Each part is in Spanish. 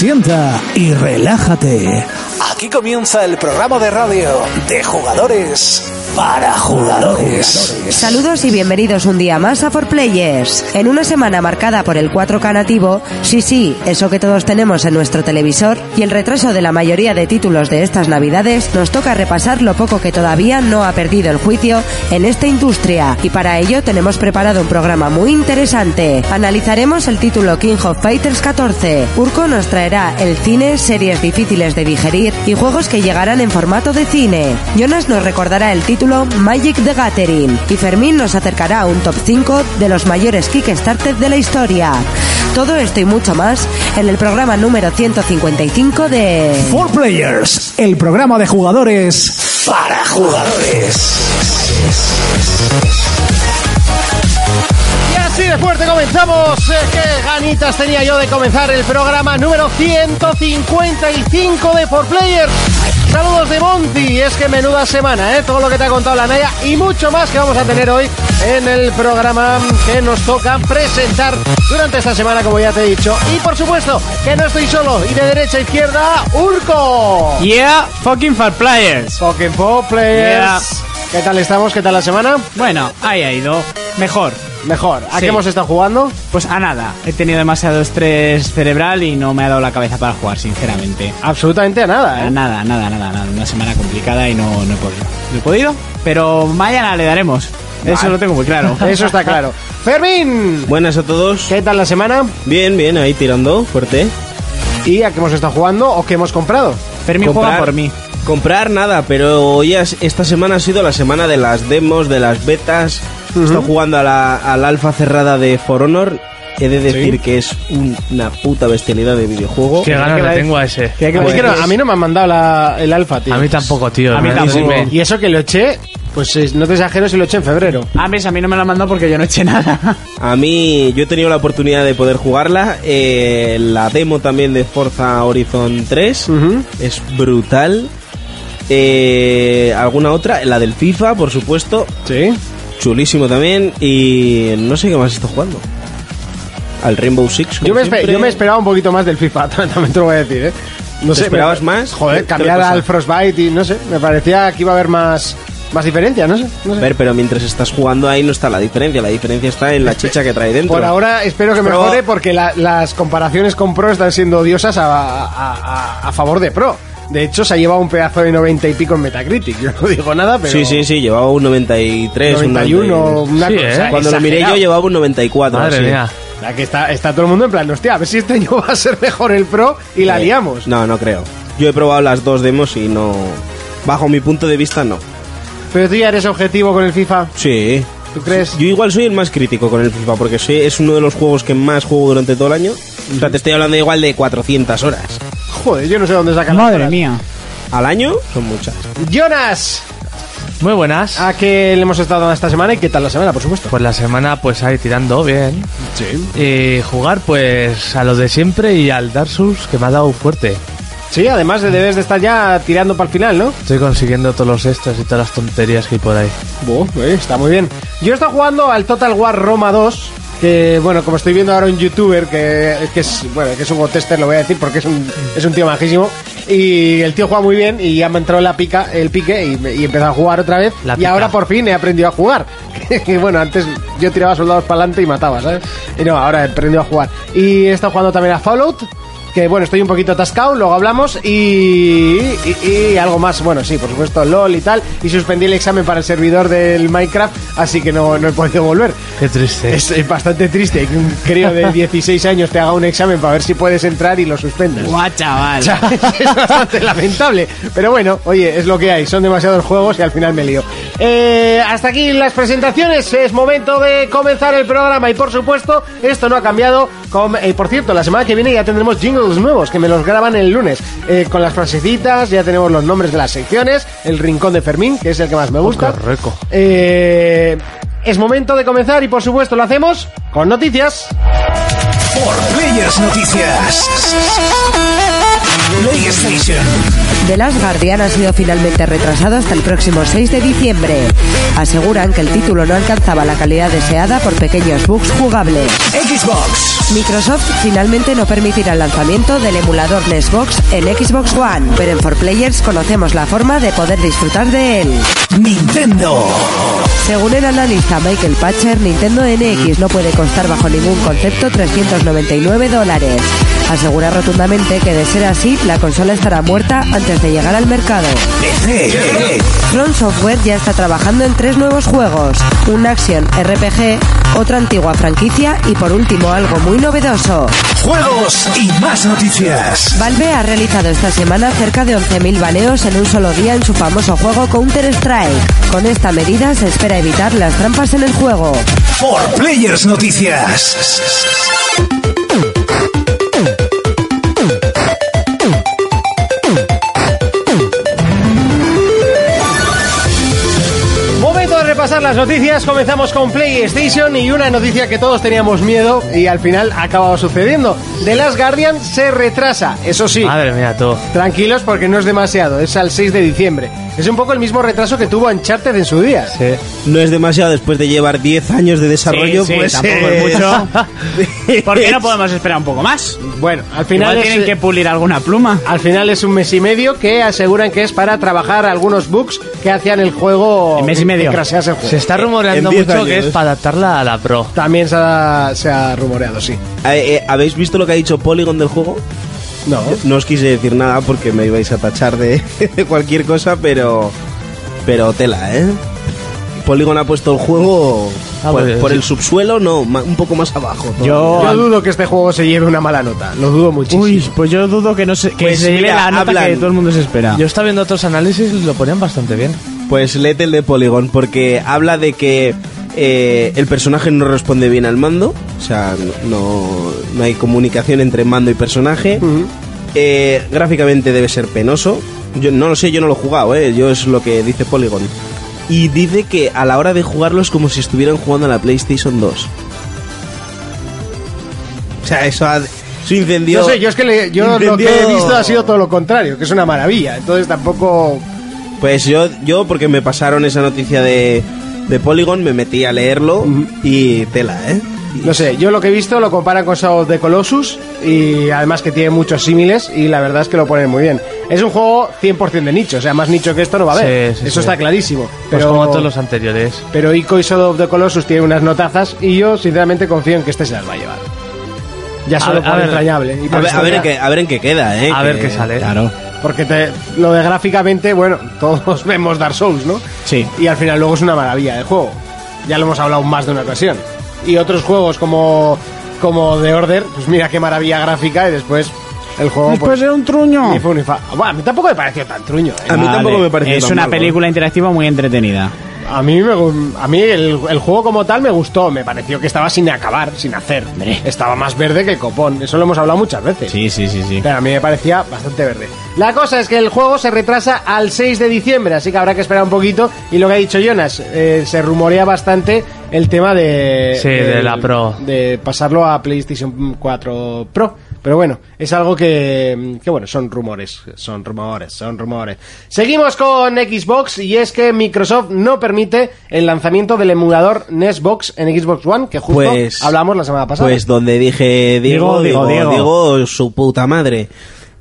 sienta y relájate. Aquí comienza el programa de radio de jugadores para jugadores. Saludos y bienvenidos un día más a For Players. En una semana marcada por el 4K nativo, sí, sí, eso que todos tenemos en nuestro televisor y el retraso de la mayoría de títulos de estas navidades, nos toca repasar lo poco que todavía no ha perdido el juicio en esta industria y para ello tenemos preparado un programa muy interesante. Analizaremos el título King of Fighters 14. Urco nos traerá el cine, series difíciles de digerir y juegos que llegarán en formato de cine. Jonas nos recordará el título Magic the Gathering y Fermín nos acercará a un top 5 de los mayores Kickstarter de la historia. Todo esto y mucho más en el programa número 155 de Four Players, el programa de jugadores para jugadores. Y así de fuerte comenzamos. Eh, Qué ganitas tenía yo de comenzar el programa número 155 de 4Players. Saludos de Monty. Es que menuda semana, ¿eh? Todo lo que te ha contado la Naya y mucho más que vamos a tener hoy en el programa que nos toca presentar durante esta semana, como ya te he dicho. Y por supuesto, que no estoy solo. Y de derecha a izquierda, Urco. Yeah, fucking far players. Fucking 4Players. ¿Qué tal estamos? ¿Qué tal la semana? Bueno, ahí ha ido. Mejor. Mejor. ¿A Sí. qué hemos estado jugando? Pues a nada. He tenido demasiado estrés cerebral y no me ha dado la cabeza para jugar, sinceramente. Absolutamente a nada, A ¿eh? Nada, nada, nada, nada. Una semana complicada y no, no he podido. No he podido, pero mañana le daremos. Eso lo tengo muy claro. Eso está claro. Fermín, Buenas a todos. ¿qué tal la semana? Bien, bien, ahí tirando, fuerte. ¿Y a qué hemos estado jugando o qué hemos comprado? Fermín juega Comprar- por mí. Comprar nada, pero ya es- esta semana ha sido la semana de las demos, de las betas. He estado jugando a la, al alfa cerrada de For Honor. He de decir que es un- una puta bestialidad de videojuego. Qué ganas que le vais- tengo a ese. Pues Que hay que Es que no, ver- a mí no me han mandado la- el alfa, tío. A mí tampoco, tío. A mí me- tampoco. me- Y eso que lo eché, pues es- no te exagero si lo eché en febrero. Ah, ves, a mí no me lo mandó porque yo no eché nada. A mí, yo he tenido la oportunidad de poder jugarla. eh, la demo también de Forza Horizon 3 Ujú. es brutal. Eh, ¿Alguna otra? La del FIFA, por supuesto. Sí. Chulísimo también. Y no sé qué más está jugando. Al Rainbow Six. como Yo me, espe- siempre. yo me esperaba un poquito más del FIFA, también te lo voy a decir, ¿eh? No ¿Te esperabas más? Joder, ¿Qué otra cambiar cosa? al Frostbite y no sé, me parecía que iba a haber más, más diferencia, no sé. No A sé. ver, pero mientras estás jugando ahí no está la diferencia. La diferencia está en la chicha que trae dentro. Por ahora espero que Pero- mejore porque la- las comparaciones con Pro están siendo odiosas a, a- a- a favor de Pro. De hecho, se ha llevado un pedazo de 90 y pico en Metacritic. Yo no digo nada, pero. Sí, sí, sí. Llevaba un 93, un 91, una cosa. Sí, ¿eh? exagerado. Cuando lo miré yo llevaba un 94. Madre así. mía. La que está, está todo el mundo en plan, hostia, a ver si este año va a ser mejor el Pro y la Eh, liamos. No, no creo. Yo he probado las dos demos y no... Bajo mi punto de vista, no. Pero tú ya eres objetivo con el FIFA, Sí. ¿tú crees? Yo igual soy el más crítico con el FIFA porque soy- es uno de los juegos que más juego durante todo el año. O sea, te estoy hablando igual de 400 horas. Joder, yo no sé dónde sacan las Madre horas. mía. Al año son muchas. Jonas, Muy buenas. ¿a qué le hemos estado dando esta semana y qué tal la semana, por supuesto? Pues la semana, pues ahí tirando bien. Y jugar, pues a lo de siempre y al Dark Souls, que me ha dado fuerte. Sí, además de debes de estar ya tirando para el final, ¿no? Estoy consiguiendo todos los extras y todas las tonterías que hay por ahí. Buah, eh, está muy bien. Yo he estado jugando al Total War Roma 2, que bueno, como estoy viendo ahora un youtuber que, que es bueno, que es un tester, lo voy a decir porque es un, es un tío majísimo y el tío juega muy bien y ya me entró la pica, el pique y, me- y he empezado a jugar otra vez La y pica. ahora por fin he aprendido a jugar. Que bueno, antes yo tiraba soldados para adelante y mataba, ¿sabes? Y no, ahora he aprendido a jugar. Y he estado jugando también a Fallout. Que bueno, estoy un poquito atascado, luego hablamos y, y- y algo más. Bueno, sí, por supuesto, LOL y tal. Y suspendí el examen para el servidor del Minecraft, así que no, no he podido volver. Qué triste. Es, eh, bastante triste que un crío de 16 años te haga un examen para ver si puedes entrar y lo suspendas. Guau, chaval. es bastante lamentable. Pero bueno, oye, es lo que hay. Son demasiados juegos y al final me lío. Eh, hasta aquí las presentaciones. Es momento de comenzar el programa. Y por supuesto, esto no ha cambiado. Con, eh, por cierto, la semana que viene ya tendremos jingles nuevos que me los graban el lunes. Eh, con las frasecitas, ya tenemos los nombres de las secciones. El rincón de Fermín, que es el que más me gusta. qué rico. Eh, es momento de comenzar y por supuesto lo hacemos con noticias. Four Players Noticias. PlayStation. The Last Guardian ha sido finalmente retrasado hasta el próximo 6 de diciembre. Aseguran que el título no alcanzaba la calidad deseada por pequeños bugs jugables. Xbox. Microsoft finalmente no permitirá el lanzamiento del emulador Nesbox en Xbox One, pero en 4Players conocemos la forma de poder disfrutar de él. Nintendo. Según el analista Michael Patcher, Nintendo NX no puede costar bajo ningún concepto 399 dólares. Asegura rotundamente que de ser así, la consola estará muerta antes de llegar al mercado. PC. From Software ya está trabajando en tres nuevos juegos, un action RPG, otra antigua franquicia y por último algo muy novedoso. Juegos y más noticias. Valve ha realizado esta semana cerca de 11.000 baneos en un solo día en su famoso juego Counter-Strike. Con esta medida se espera evitar las trampas en el juego. For Players Noticias. Momento de repasar las noticias. Comenzamos con PlayStation y una noticia que todos teníamos miedo y al final ha acabado sucediendo. The Last Guardian se retrasa, eso sí. Madre mía, todo. Tranquilos porque no es demasiado, es al 6 de diciembre. Es un poco el mismo retraso que tuvo Uncharted en su día. Sí. No es demasiado después de llevar 10 años de desarrollo, Sí, sí, pues tampoco eh, es mucho. ¿Por qué no podemos esperar un poco más? Bueno, al final Igual es, eh, tienen que pulir alguna pluma. al final es un mes y medio que aseguran que es para trabajar algunos bugs que hacían el juego. El mes y que- medio. que crashease el juego. Se está En rumoreando 10 mucho que años. es para adaptarla a la Pro. También se ha, se ha rumoreado, sí. eh, eh, ¿Habéis visto lo que ha dicho Polygon del juego? No. No os quise decir nada porque me ibais a tachar de, de cualquier cosa, pero. Pero tela, ¿eh? Polygon ha puesto el juego Ah, por, pues, por sí. el subsuelo, no, ma- un poco más abajo. ¿no? Yo, Yo dudo que este juego se lleve una mala nota. Lo dudo muchísimo. Uy, pues yo dudo que no se, que Pues se lleve mira, la nota hablan. que todo el mundo se espera. Yo estaba viendo otros análisis y lo ponían bastante bien. Pues léete el de Polygon, porque habla de que eh, el personaje no responde bien al mando, o sea, no, no hay comunicación entre mando y personaje. Eh, gráficamente debe ser penoso. Yo no lo sé, yo no lo he jugado, eh, yo es lo que dice Polygon. Y dice que a la hora de jugarlo es como si estuvieran jugando a la PlayStation 2. O sea, eso ha, eso incendió. No sé, yo es que le- yo lo que he incendió- visto ha sido todo lo contrario, que es una maravilla. Entonces tampoco. Pues yo, yo porque me pasaron esa noticia de, de Polygon, me metí a leerlo y tela, ¿eh? No sé, yo lo que he visto lo comparan con Shadow of the Colossus y además que tiene muchos símiles y la verdad es que lo ponen muy bien. Es un juego 100% de nicho, o sea, más nicho que esto no va a haber. Sí, sí, Eso sí. está clarísimo. Pues Pero, como todos los anteriores. pero Ico y Shadow of the Colossus tienen unas notazas y yo sinceramente confío en que este se las va a llevar. Ya A solo ver, a por ver. entrañable. y por A ver, a ver en historia. qué, a ver en qué queda, ¿eh? A ver qué sale. Claro. Porque te- lo de gráficamente, bueno, todos vemos Dark Souls, ¿no? Sí. Y al final luego es una maravilla de juego. Ya lo hemos hablado más de una ocasión. Y otros juegos como, como The Order, pues mira qué maravilla gráfica y después el juego... pues, un truño. ni fu ni fa. Bueno, a mí tampoco me pareció tan truño. ¿eh? Ah. A mí tampoco me pareció Es tan una malo, película interactiva muy entretenida. A mí, me gu- a mí el, el juego como tal me gustó, me pareció que estaba sin acabar, sin hacer. Hombre. Estaba más verde que el copón, eso lo hemos hablado muchas veces. Sí, sí, sí, sí. Pero a mí me parecía bastante verde. La cosa es que el juego se retrasa al 6 de diciembre, así que habrá que esperar un poquito. Y lo que ha dicho Jonas, eh, se rumorea bastante el tema de... Sí, de la Pro. De pasarlo a PlayStation 4 Pro. Pero bueno, es algo que, que bueno, son rumores, son rumores, son rumores. Seguimos con Xbox y es que Microsoft no permite el lanzamiento del emulador Nextbox en Xbox One, que justo Pues- hablamos la semana pasada. Pues donde dije Diego, Diego, Diego. Diego, Diego, su puta madre.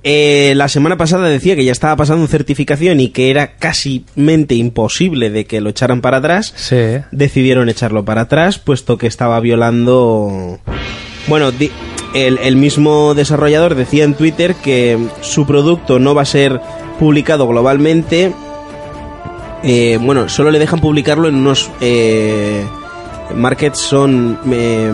Eh, la semana pasada decía que ya estaba pasando certificación y que era casi mente imposible de que lo echaran para atrás. Sí. decidieron echarlo para atrás, puesto que estaba violando... Bueno, di- el, el mismo desarrollador decía en Twitter que su producto no va a ser publicado globalmente. Eh, bueno, solo le dejan publicarlo en unos... eh, markets son eh,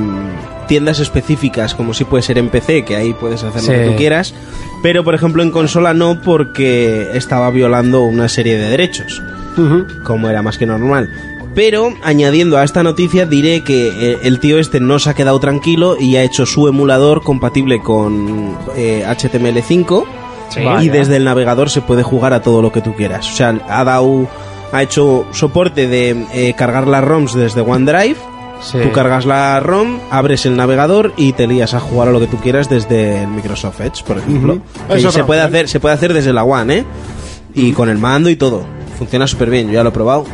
tiendas específicas, como si puede ser en PC, que ahí puedes hacer lo que Sí. tú quieras. Pero, por ejemplo, en consola no, porque estaba violando una serie de derechos Ujú. como era más que normal. Pero añadiendo a esta noticia diré que eh, el tío este no se ha quedado tranquilo y ha hecho su emulador compatible con eh, HTML5 y Vaya. desde el navegador se puede jugar a todo lo que tú quieras. O sea, ha dado ha hecho soporte de eh, cargar las ROMs desde OneDrive Sí. Tú cargas la ROM, abres el navegador y te lías a jugar a lo que tú quieras desde el Microsoft Edge, por ejemplo. Que Es ahí se otra puede opción. hacer, se puede hacer desde la One, ¿eh? Y con el mando y todo. Funciona súper bien, yo ya lo he probado.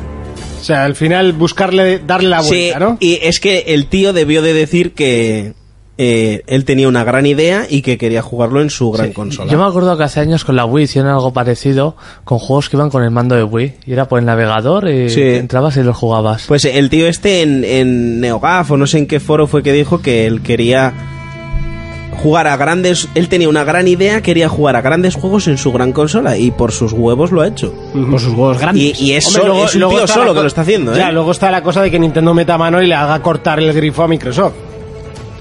O sea, al final buscarle, darle Ah, la Sí, vuelta, ¿no? y es que el tío debió de decir que eh, él tenía una gran idea y que quería jugarlo en su gran consola. Yo me acuerdo que hace años con la Wii hicieron algo parecido con juegos que iban con el mando de Wii. Y era por el navegador y Sí. entrabas y los jugabas. Pues el tío este en, en NeoGAF o no sé en qué foro fue que dijo que él quería jugar a grandes... Él tenía una gran idea, quería jugar a grandes juegos en su gran consola y por sus huevos lo ha hecho. Por sus huevos grandes. Y, y es, Ah, Hombre, solo- luego- es un luego tío está la solo co- que lo está haciendo, ¿eh? Ya, luego está la cosa de que Nintendo meta mano y le haga cortar el grifo a Microsoft.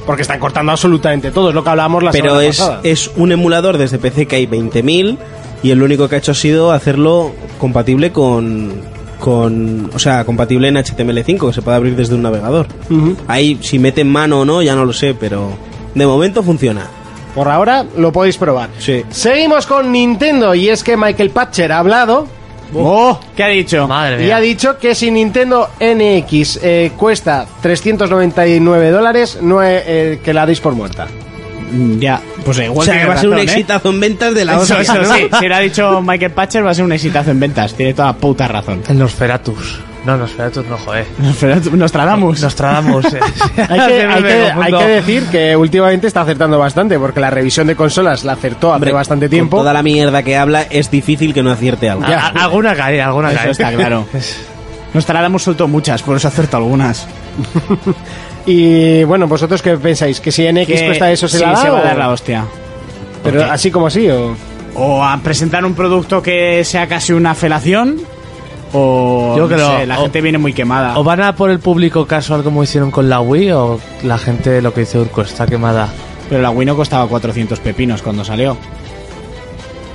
Porque están cortando absolutamente todo, es lo que hablábamos la Pero semana es, eh, pasada. es un emulador desde PC que hay 20.000 y el único que ha hecho ha sido hacerlo compatible con... con o sea, compatible en HTML5, que se puede abrir desde un navegador. Ujú. Ahí, si meten mano o no, ya no lo sé, pero de momento funciona. Por ahora lo podéis probar. Sí. Seguimos con Nintendo y es que Michael Patcher ha hablado Oh, ¿Qué ha dicho? Madre y mía. ha dicho que si Nintendo NX eh, cuesta 399 dólares, no, eh, eh, que la deis por muerta. Mm, Ya, pues igual O sea, tiene que va a ser un razón, ¿eh? exitazo en ventas de la Eso, hostia, eso ¿no? sí, si lo ha dicho Michael Patcher va a ser un exitazo en ventas, tiene toda puta razón. El Nosferatus. No, Nosferatus no, joder. Pero nos tratamos. Nostradamus. eh. Hay que, Siempre hay me que- hay confundo. que decir que últimamente está acertando bastante, porque la revisión de consolas la acertó hace Hombre, bastante con tiempo. toda la mierda que habla es difícil que no acierte algo. Ah. A- a- alguna cae, alguna Eso cae. está claro. Nos tratamos soltó muchas, por eso acertó algunas. Y bueno, vosotros qué pensáis, que si NX Que- cuesta eso se sí, la da se va a o- dar la hostia. Pero ¿Por qué? así como así o O a presentar un producto que sea casi una felación, o Yo no creo- sé, la o- gente viene muy quemada. O van a por el público casual como hicieron con la Wii o la gente, lo que dice Urco, está quemada. Pero la Wii no costaba 400 pepinos cuando salió.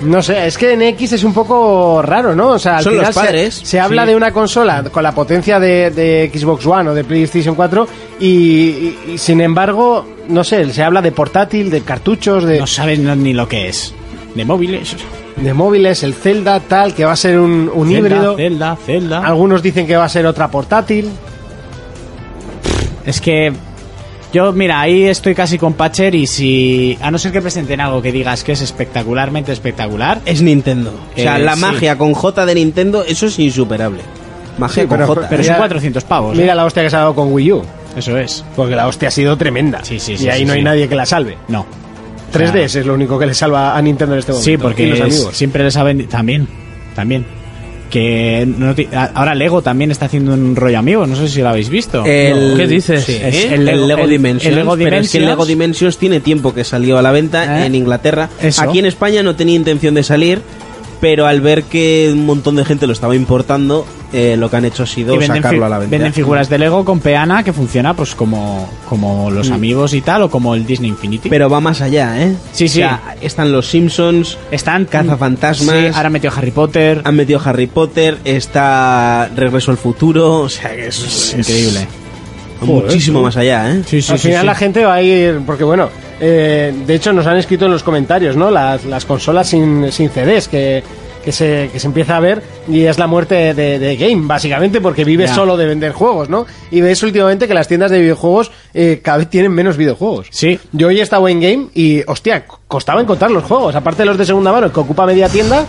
no sé, es que NX es un poco raro, ¿no? O sea, al Son los final se- padres, se, habla de una consola con la potencia de, de Xbox One o de PlayStation 4 y, y- y sin embargo, no sé, se habla de portátil, de cartuchos, de, No sabes no- ni lo que es. De móviles. de móviles, el Zelda tal que va a ser un, un Zelda, híbrido. Zelda, Zelda. Ah, Algunos dicen que va a ser otra portátil. Es que yo, mira, ahí estoy casi con Patcher y si, a no ser que presenten algo que digas que es espectacularmente espectacular, Es Nintendo. O sea, Eh, la sí. magia con J de Nintendo, eso es insuperable. Magia Sí, con pero- J. pero son Mira- 400 pavos. ¿eh? Mira la hostia que se ha dado con Wii U, Eso es. porque la hostia ha sido tremenda. Sí, sí, y sí, ahí sí, no hay sí. nadie que la salve. No. 3DS es lo único que le salva a Nintendo en este momento. Sí, Y porque los es- amigos. siempre les ha vendi- También, también. Que no ti- a- ahora Lego también está haciendo un rollo amigo, no sé si lo habéis visto. El- ¿Qué dices? Sí, Es ¿eh? el el, Lego- Lego, el- Dimensions. el Lego pero es que el Dimensions. Lego Dimensions tiene tiempo que salió a la venta ¿Eh? en Inglaterra. Eso. Aquí en España no tenía intención de salir, pero al ver que un montón de gente lo estaba importando, eh, lo que han hecho ha sido Y venden, sacarlo fi- a la venta. venden figuras de Lego con peana que funciona pues como, como los amigos y tal, o como el Disney Infinity. Mm. Pero va más allá, ¿eh? Sí, sí. O sea, están los Simpsons, están Cazafantasmas. Sí, ahora metió Harry Potter. han metido Harry Potter, está Regreso al Futuro, o sea que es, Es es increíble. muchísimo más allá, ¿eh? Sí, sí, Al sí, final sí. la gente va a ir, porque bueno, eh, de hecho nos han escrito en los comentarios, ¿no? Las, las consolas sin, sin CDs que, que, se, que se empieza a ver y es la muerte de, de Game, básicamente, porque vive Ya. solo de vender juegos, ¿no? Y ves últimamente que las tiendas de videojuegos eh, cada vez tienen menos videojuegos. Sí. Yo hoy he estado en Game y, hostia, costaba encontrar los juegos, aparte de los de segunda mano, que ocupa media tienda.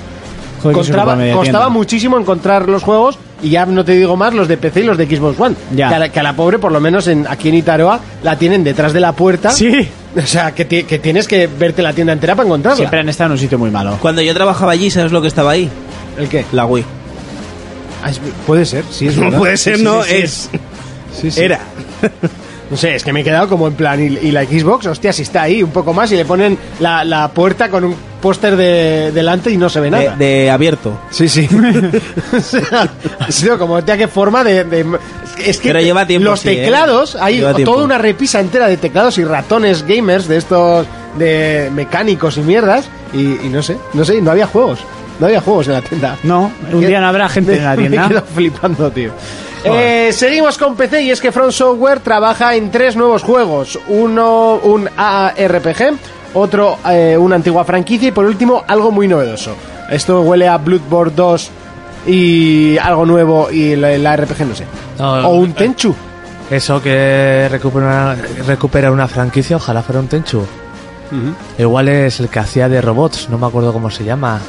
Joder, que se Contraba- ocupa media costaba tienda. muchísimo encontrar los juegos y ya no te digo más los de PC y los de Xbox One. Ya. Que, a la, que a la pobre, por lo menos en, aquí en Itaroa, la tienen detrás de la puerta. Sí. O sea, que, ti- que tienes que verte la tienda entera para encontrarla. Siempre han estado en un sitio muy malo. Cuando yo trabajaba allí, ¿sabes lo que estaba ahí? ¿El qué? La Wii. Ah, es- puede ser, eh, sí, es verdad. Sí, sí, sí, sí. Sí, sí. Era. No sé, es que me he quedado como en plan. Y, y la Xbox, hostia, si está ahí un poco más y le ponen la, la puerta con un póster de, delante y no se ve De, nada. de abierto. Sí, sí. O sea, ha sido como, hostia, qué forma de... de- es que Pero lleva tiempo, los sí, ¿eh? teclados, hay Lleva tiempo. toda una repisa entera de teclados y ratones gamers de estos de mecánicos y mierdas y, y no sé, no sé, no había juegos. No había juegos en la tienda. No, un día no habrá gente en la Me tienda. he quedado flipando, tío. Eh, seguimos con PC y es que Front Software trabaja en tres nuevos juegos. Uno, un ARPG, otro, eh, una antigua franquicia y por último, algo muy novedoso. Esto huele a Bloodborne 2 y algo nuevo y el, el ARPG no sé. No, o un eh, Tenchu. Eso que recupera una, recupera una franquicia, ojalá fuera un Tenchu. Igual es el que hacía de robots, no me acuerdo cómo se llama.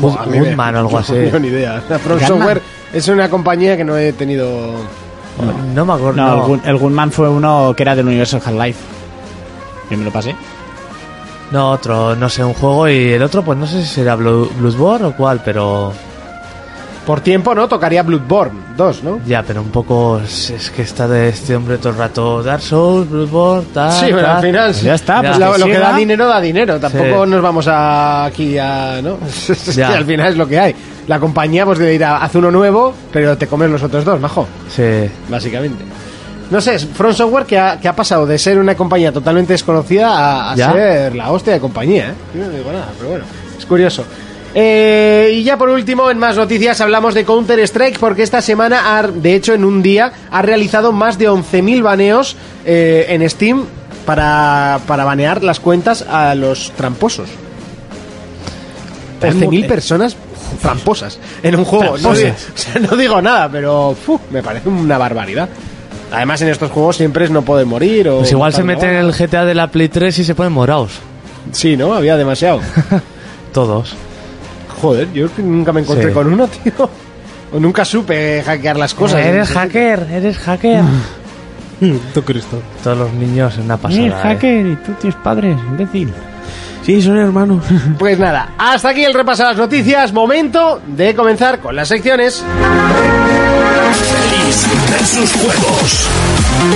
Buah, a mí me- Goodman o algo así. No tengo ni idea. La From Gunman. Software es una compañía que no he tenido. No, me acuerdo. No, no. el, Gun- el Gunman fue uno que era del universo Half-Life. Yo me lo pasé. No, otro, no sé, un juego y el otro, pues no sé si será Blu- Bloodborne o cuál, pero Por tiempo, ¿no? Tocaría Bloodborne 2, ¿no? ya, pero un poco es, es que está de este hombre todo el rato Dark Souls, Bloodborne, tal. sí, pero al tal. final. Ya está, pues La- que lo que siga. da dinero da dinero. Tampoco Sí. nos vamos a, aquí a. ¿No? Es que Ya. al final es lo que hay. La compañía, pues de ir a hacer uno nuevo, pero te comes los otros dos, majo. Sí. Básicamente. No sé, es From Software que ha, que ha pasado de ser una compañía totalmente desconocida a, a Ya. ser la hostia de compañía. ¿eh? Yo no digo nada, pero bueno, es curioso. Eh, y ya por último, en más noticias, hablamos de Counter-Strike porque esta semana, ha- de hecho en un día, ha realizado más de 11.000 baneos eh, en Steam para, para banear las cuentas a los tramposos. 11.000 personas tramposas en un juego. No, di- o sea, no digo nada, pero fu, me parece una barbaridad. Además, en estos juegos siempre es no poder morir o... Pues igual se tal, ¿no? meten en el GTA de la Play 3 y se ponen morados. Sí, ¿no? Había demasiado. Todos. Joder, yo nunca me encontré Sí. con uno, tío. O nunca supe hackear las cosas. Mm. eres hacker, eres hacker. Tú, Cristo. Todos los niños en una pasada. ¿eh? y tú tienes padres, imbécil. Sí, son hermanos. Pues nada, hasta aquí el repaso a las noticias. Momento de comenzar con las secciones.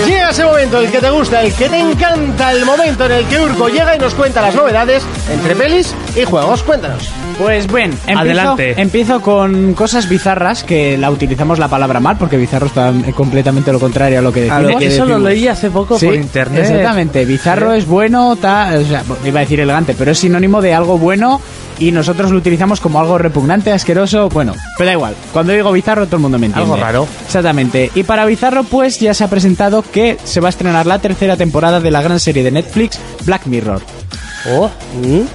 Llega ese momento, el que te gusta, el que te encanta, el momento en el que Urco llega y nos cuenta las novedades entre pelis y juegos. Cuéntanos. Pues bien, empiezo, Adelante. empiezo con cosas bizarras que la utilizamos la palabra mal porque bizarro está eh, completamente lo contrario a lo que A decimos. lo que Eso lo decimos. leí hace poco Sí, por internet. Exactamente, bizarro es bueno, ta- o sea, iba a decir elegante, pero es sinónimo de algo bueno y nosotros lo utilizamos como algo repugnante, asqueroso, bueno, pero da igual. Cuando digo bizarro todo el mundo me entiende. Algo raro. Exactamente. Y para bizarro pues ya se ha presentado que se va a estrenar la tercera temporada de la gran serie de Netflix Black Mirror. Oh,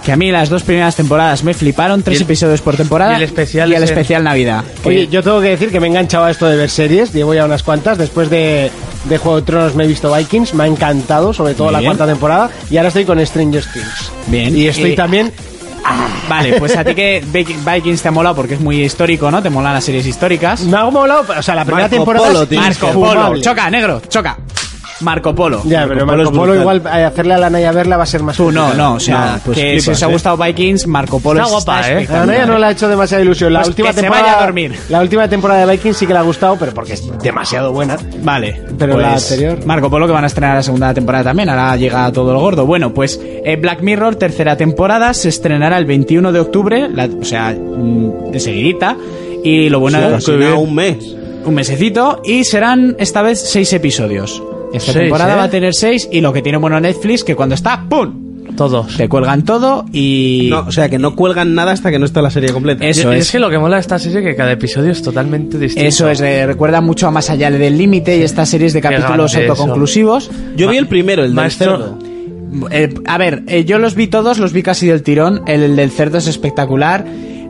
Que a mí las dos primeras temporadas me fliparon, tres Y el- episodios por temporada. y el especial y el es en- especial Navidad. que- Oye, yo tengo que decir que me he enganchado a esto de ver series, llevo ya unas cuantas, después de, de Juego de Tronos me he visto Vikings, me ha encantado, sobre todo Muy la bien. cuarta temporada, y ahora estoy con Stranger Things. Bien. Y estoy Eh, también... Vale, pues a ti que Vik- Vikings te ha molado porque es muy histórico, ¿no? Te molan las series históricas. Me ha molado, o sea, la primera Marco temporada Polo, es tío. Marco Polo. infumable. Choca, negro, choca. Marco Polo. Ya, pero Polo es Marco Polo brutal. igual eh, hacerle a la Naya verla va a ser más Tú no, complicado. no, o sea, No, pues que si flipas, os ha eh. gustado Vikings, Marco Polo Está guapa, eh. A espectacular. Naya no le ha hecho demasiada ilusión. La Pues última que se temporada, vaya a dormir. La última temporada de Vikings sí que le ha gustado, pero porque es demasiado buena. Vale, pues Pero la anterior- Marco Polo que van a estrenar la segunda temporada también, ahora llega todo lo gordo. Bueno, pues eh, Black Mirror, tercera temporada, se estrenará el 21 de octubre, la- o sea, mm, enseguidita. Y lo bueno ah, Bueno, es que un mes. un mesecito y serán esta vez seis episodios. Esta Seis, temporada ¿eh? va a tener seis y lo que tiene bueno Netflix que cuando está ¡pum! todos. Te cuelgan todo y... No, o sea, que no cuelgan nada hasta que no está la serie completa. Eso Y- y es. que lo que mola de esta serie es que cada episodio es totalmente distinto. Eso es, eh, recuerda mucho a Más allá del límite y estas series de Qué capítulos grande eso. autoconclusivos. Yo vi el primero, el del Maestro- cerdo. Eh, a ver, eh, yo los vi todos, los vi casi del tirón. El, el del cerdo es espectacular.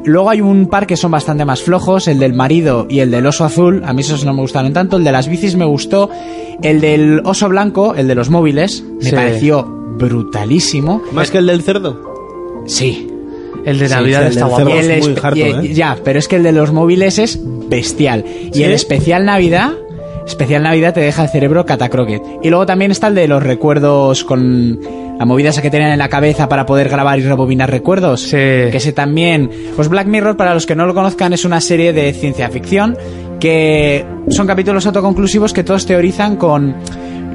Luego hay un par que son bastante más flojos, el del marido y el del oso azul. A mí esos no me gustaron tanto. El de las bicis me gustó. El del oso blanco, el de los móviles, me Sí. pareció brutalísimo. Más que el del cerdo. Sí. El de Sí, Navidad el está del guapo. cerdo. Y el es muy espe- harto, y- ¿eh? Ya, pero es que el de los móviles es bestial. Y ¿Sí? el especial Navidad, especial Navidad te deja el cerebro catacroquet. Y luego también está el de los recuerdos con la movida esa que tenían en la cabeza para poder grabar y rebobinar recuerdos. Sí. Que ese también. Pues Black Mirror, para los que no lo conozcan, es una serie de ciencia ficción que son capítulos autoconclusivos que todos teorizan con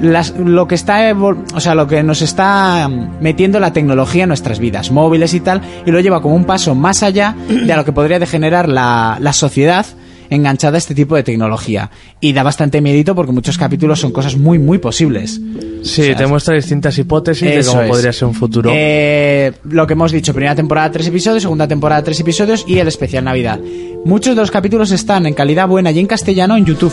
las- lo que está evol- o sea lo que nos está metiendo la tecnología en nuestras vidas móviles y tal y lo lleva como un paso más allá de a lo que podría degenerar la, la sociedad enganchada a este tipo de tecnología y da bastante miedito porque muchos capítulos son cosas muy muy posibles Sí, O sea, te muestra distintas hipótesis de Eh, cómo es. podría ser un futuro. Eh, lo que hemos dicho, primera temporada tres episodios, segunda temporada tres episodios y el especial Navidad. Muchos de los capítulos están en calidad buena y en castellano en YouTube.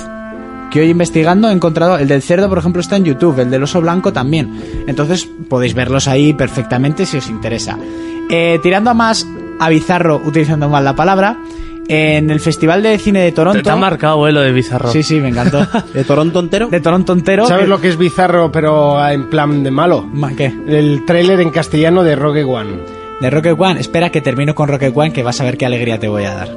Que hoy investigando he encontrado el del cerdo, por ejemplo, está en YouTube, el del oso blanco también. Entonces podéis verlos ahí perfectamente si os interesa. Eh, tirando a más a bizarro, utilizando mal la palabra, en el Festival de Cine de Toronto. Te, te ha marcado, eh, lo de Bizarro. Sí, sí, me encantó. ¿De Toronto entero? de Toronto entero. ¿Sabes lo que es bizarro, pero en plan de malo? Ma, ¿Qué? El tráiler en castellano de Rogue One. De Rocket One. Espera que termino con Rocket One, que vas a ver qué alegría te voy a dar.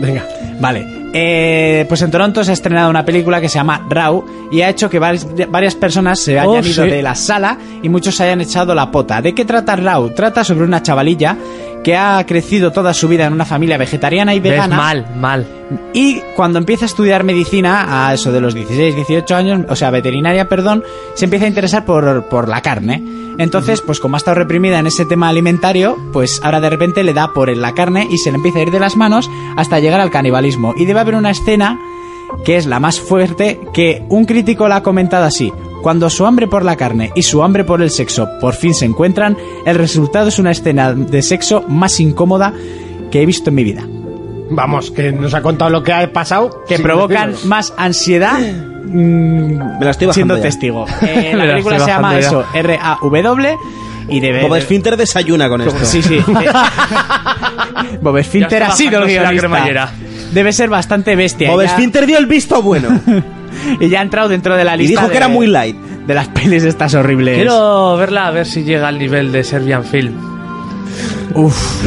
Venga. Vale, eh, pues en Toronto se ha estrenado una película que se llama Raw y ha hecho que varias, varias personas se hayan Oh, ido sí. de la sala y muchos se hayan echado la pota. ¿De qué trata Raw? Trata sobre una chavalilla que ha crecido toda su vida en una familia vegetariana y Ves vegana. mal, mal. Y cuando empieza a estudiar medicina, a eso de los 16, 18 años, o sea, veterinaria, perdón, se empieza a interesar por, por la carne. Entonces, pues como ha estado reprimida en ese tema alimentario, pues ahora de repente le da por la carne y se le empieza a ir de las manos hasta llegar al canibalismo. Y debe haber una escena que es la más fuerte, que un crítico la ha comentado así. Cuando su hambre por la carne y su hambre por el sexo por fin se encuentran, el resultado es una escena de sexo más incómoda que he visto en mi vida Vamos, que nos ha contado lo que ha pasado. que sin provocan decirnos. más ansiedad mm, Me la estoy bajando siendo ya. testigo. Eh, Me la la película se estoy llama bajando ya. eso, R-A-W, y debe... Bob Esfinter desayuna con esto. Sí, sí. eh, Bob Esfinter Ya ha está sido el bajándose la guionista. cremallera. Debe ser bastante bestia. Bob y ya- Esfinter dio el visto bueno. Y ya ha entrado dentro de la y lista dijo de- que era muy light. De las pelis estas horribles. Quiero verla a ver si llega al nivel de Serbian Film. Uf.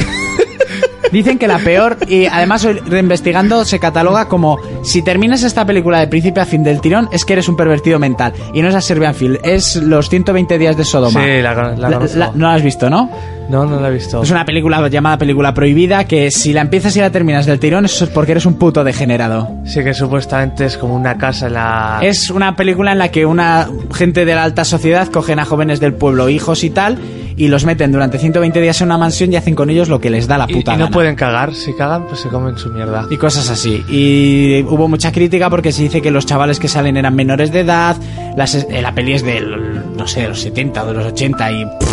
Dicen que la peor, y además hoy reinvestigando se cataloga como si terminas esta película de principio a fin del tirón es que eres un pervertido mental. Y no es a Serbian Film, es los 120 días de Sodoma. Sí, la, con- la La- conozco. la- no la has visto, ¿no? No, no la he visto. Es una película llamada película prohibida que si la empiezas y la terminas del tirón eso es porque eres un puto degenerado. Sí, que supuestamente es como una casa en la. Es una película en la que una gente de la alta sociedad cogen a jóvenes del pueblo, hijos y tal, y los meten durante 120 días en una mansión y hacen con ellos lo que les da la Y- puta y, no gana. pueden cagar. Si cagan, pues se comen su mierda. y cosas así. Y hubo mucha crítica porque se dice que los chavales que salen eran menores de edad, las, es- eh, la peli es del, no sé, de los 70 o de los 80 y... pff,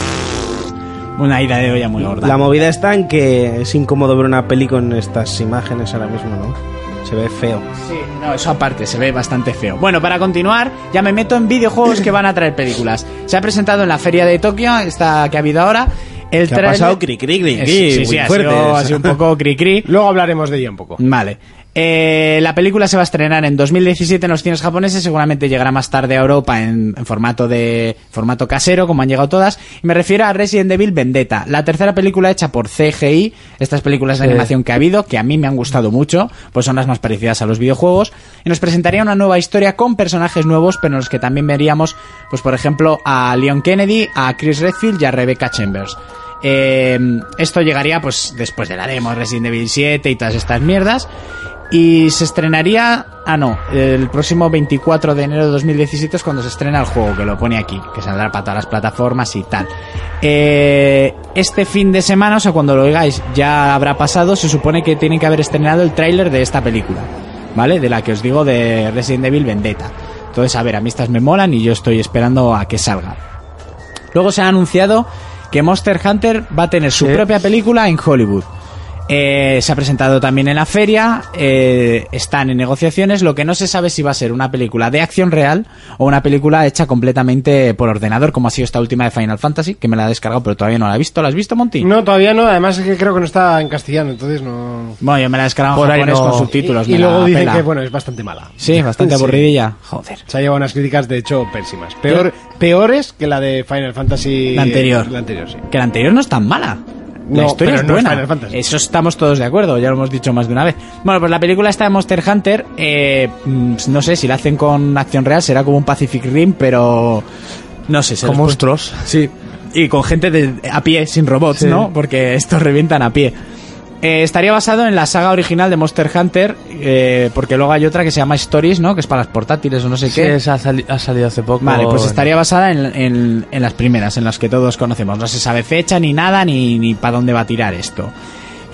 una ida de olla muy gorda. La movida está en que es incómodo ver una peli con estas imágenes ahora mismo, ¿no? Se ve feo. Sí, no, eso aparte, se ve bastante feo. Bueno, para continuar, ya me meto en videojuegos que van a traer películas. Se ha presentado en la feria de Tokio, esta que ha habido ahora. El ¿Qué ha tráiler- pasado? Cri, cri, cri, Eh, cri, sí, sí, muy sí, ha fuertes. sido, ha sido un poco cri cri. Luego hablaremos de ella un poco. Vale. Eh, la película se va a estrenar en 2017 en los cines japoneses, seguramente llegará más tarde a Europa en, en formato de formato casero, como han llegado todas. Y me refiero a Resident Evil Vendetta, la tercera película hecha por CGI, estas películas de Sí. animación que ha habido, que a mí me han gustado mucho, pues son las más parecidas a los videojuegos, y nos presentaría una nueva historia con personajes nuevos, pero en los que también veríamos, pues por ejemplo, a Leon Kennedy, a Chris Redfield y a Rebecca Chambers. Eh, esto llegaría pues después de la demo Resident Evil 7 y todas estas mierdas. Y se estrenaría, ah no, el próximo 24 de enero de 2017 es cuando se estrena el juego, que lo pone aquí, que saldrá para todas las plataformas y tal. Eh, este fin de semana, o sea, cuando lo oigáis, ya habrá pasado, se supone que tienen que haber estrenado el tráiler de esta película, ¿vale? De la que os digo de Resident Evil Vendetta. Entonces, a ver, a mí estas me molan y yo estoy esperando a que salga. Luego se ha anunciado que Monster Hunter va a tener su Sí. propia película en Hollywood. Eh, se ha presentado también en la feria, eh, están en negociaciones, lo que no se sabe si va a ser una película de acción real o una película hecha completamente por ordenador, como ha sido esta última de Final Fantasy, que me la he descargado pero todavía no la he visto. ¿La has visto, Monty? No, todavía no. Además es que creo que no está en castellano, entonces no... Bueno, yo me la he descargado en Por ahí japonés no. con subtítulos. y me la luego dicen pela. que, bueno, es bastante mala. Sí, bastante Sí. aburridilla. Joder. Se ha llevado unas críticas, de hecho, pésimas. Peor, peores que la de Final Fantasy... La anterior. La anterior, sí. Que la anterior no es tan mala. La No, pero historia es no es buena. Final Fantasy. Eso estamos todos de acuerdo, ya lo hemos dicho más de una vez. Bueno, pues la película esta de Monster Hunter, eh, mm, no sé, si la hacen con acción real será como un Pacific Rim, pero... No sé, se Con les puede- monstruos. Sí. Y con gente de, a pie, sin robots, Sí. ¿no? Porque estos revientan a pie. Eh, estaría basado en la saga original de Monster Hunter, eh, porque luego hay otra que se llama Stories, ¿no? Que es para las portátiles o no sé Sí, qué. esa ha, sali- ha salido hace poco. Vale, pues en- estaría basada en, en- en las primeras, en las que todos conocemos. No se sabe fecha ni nada, ni, ni para dónde va a tirar esto.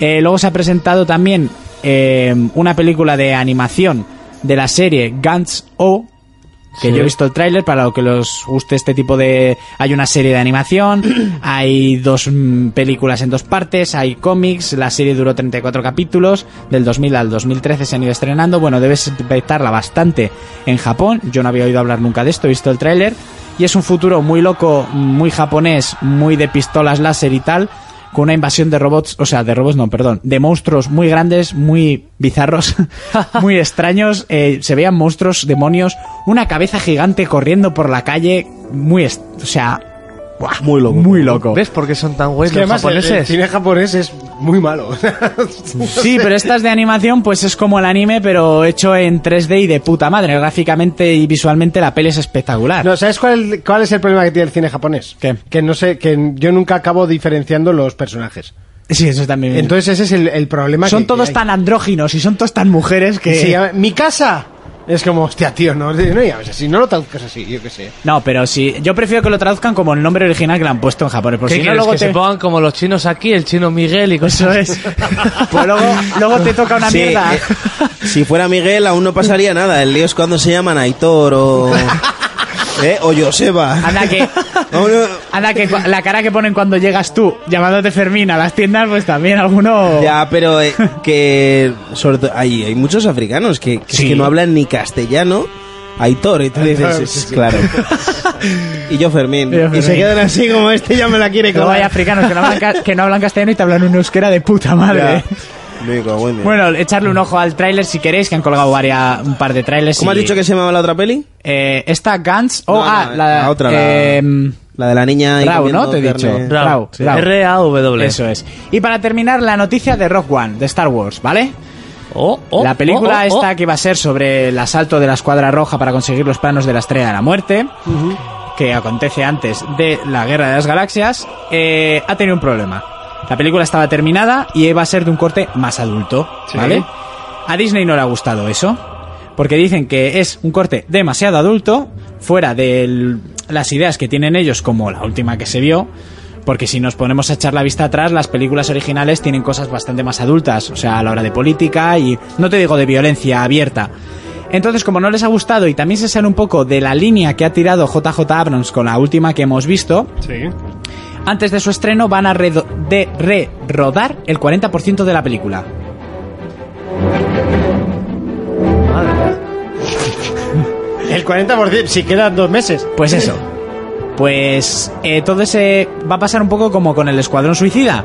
Eh, luego se ha presentado también eh, una película de animación de la serie Guns O. Que Sí. yo he visto el tráiler para lo que los guste este tipo de... Hay una serie de animación, hay dos mm, películas en dos partes, hay cómics, la serie duró 34 capítulos, del 2000 al 2013 se han ido estrenando, bueno, debes espectarla bastante en Japón, yo no había oído hablar nunca de esto, he visto el tráiler, y es un futuro muy loco, muy japonés, muy de pistolas láser y tal, con una invasión de robots, o sea, de robots no, perdón, de monstruos muy grandes, muy bizarros, muy extraños. eh, se veían monstruos, demonios, una cabeza gigante corriendo por la calle, muy, est- o sea, buah, Muy loco. Muy loco. ¿Ves por qué son tan guays Es que los además el, el japoneses? cine japonés es muy malo. Sí, pero estas de animación, pues es como el anime, pero hecho en 3D y de puta madre. Gráficamente y visualmente la peli es espectacular. No, ¿sabes cuál, cuál es el problema que tiene el cine japonés? ¿Qué? Que no sé, que yo nunca acabo diferenciando los personajes. Sí, eso también. Entonces ese es el, el problema. son que- todos eh, que hay. tan andróginos y son todos tan mujeres que. Que se llama, Mi casa. Es como, hostia, tío, no, no llames así, no lo traduzcas así, yo qué sé. No, pero sí. Yo prefiero que lo traduzcan como el nombre original que le han puesto en Japón. Por ¿Qué si no, quieres, luego que te. se pongan como los chinos aquí, el chino Miguel y Eso cosas es. pues luego, luego te toca una Sí, mierda. eh, si fuera Miguel aún no pasaría nada. El lío es cuando se llaman Aitor o... ¿eh? O Joseba. Anda que. Aún no- Anda que cua- la cara que ponen cuando llegas tú llamándote Fermín a las tiendas, pues también alguno. Ya, pero eh, que sobre todo, hay, hay muchos africanos que, que, es Sí. que no hablan ni castellano. Aitor, y tú dices, sí, "Es sí, sí". claro. y yo Fermín. Y yo, Y se Fermín. quedan así como este ya me la quiere Luego hay colar. africanos que no, hablan, ca- que no hablan castellano y te hablan un euskera de puta madre. eh. Ya. Digo, bueno. Bueno, echarle un ojo al tráiler si queréis, que han colgado varias, un par de trailers. ¿Cómo y- has dicho que se llamaba la otra peli? Eh, esta Guns... Oh, No, no, ah, la, otra, eh, la, la de la niña. ahí Rau, comiendo ¿no? Te he dicho. carne. Rau, Rau, Rau. R-A-W. Eso es. Y para terminar, la noticia de Rock One, de Star Wars, ¿vale? Oh, oh, la película oh, oh, oh. esta que va a ser sobre el asalto de la Escuadra Roja para conseguir los planos de la Estrella de la Muerte, que acontece antes de la Guerra de las Galaxias, eh, ha tenido un problema. La película estaba terminada y va a ser de un corte más adulto, ¿vale? A Disney no le ha gustado eso, porque dicen que es un corte demasiado adulto, fuera de el- las ideas que tienen ellos, como la última que se vio, porque si nos ponemos a echar la vista atrás, las películas originales tienen cosas bastante más adultas, o sea, a la hora de política y no te digo de violencia abierta. Entonces, como no les ha gustado y también se sale un poco de la línea que ha tirado JJ Abrams con la última que hemos visto, Sí. antes de su estreno van a redo- de re-rodar el 40% de la película. El 40%, si quedan dos meses. Pues eso. Pues eh, todo ese va a pasar un poco como con el Escuadrón Suicida,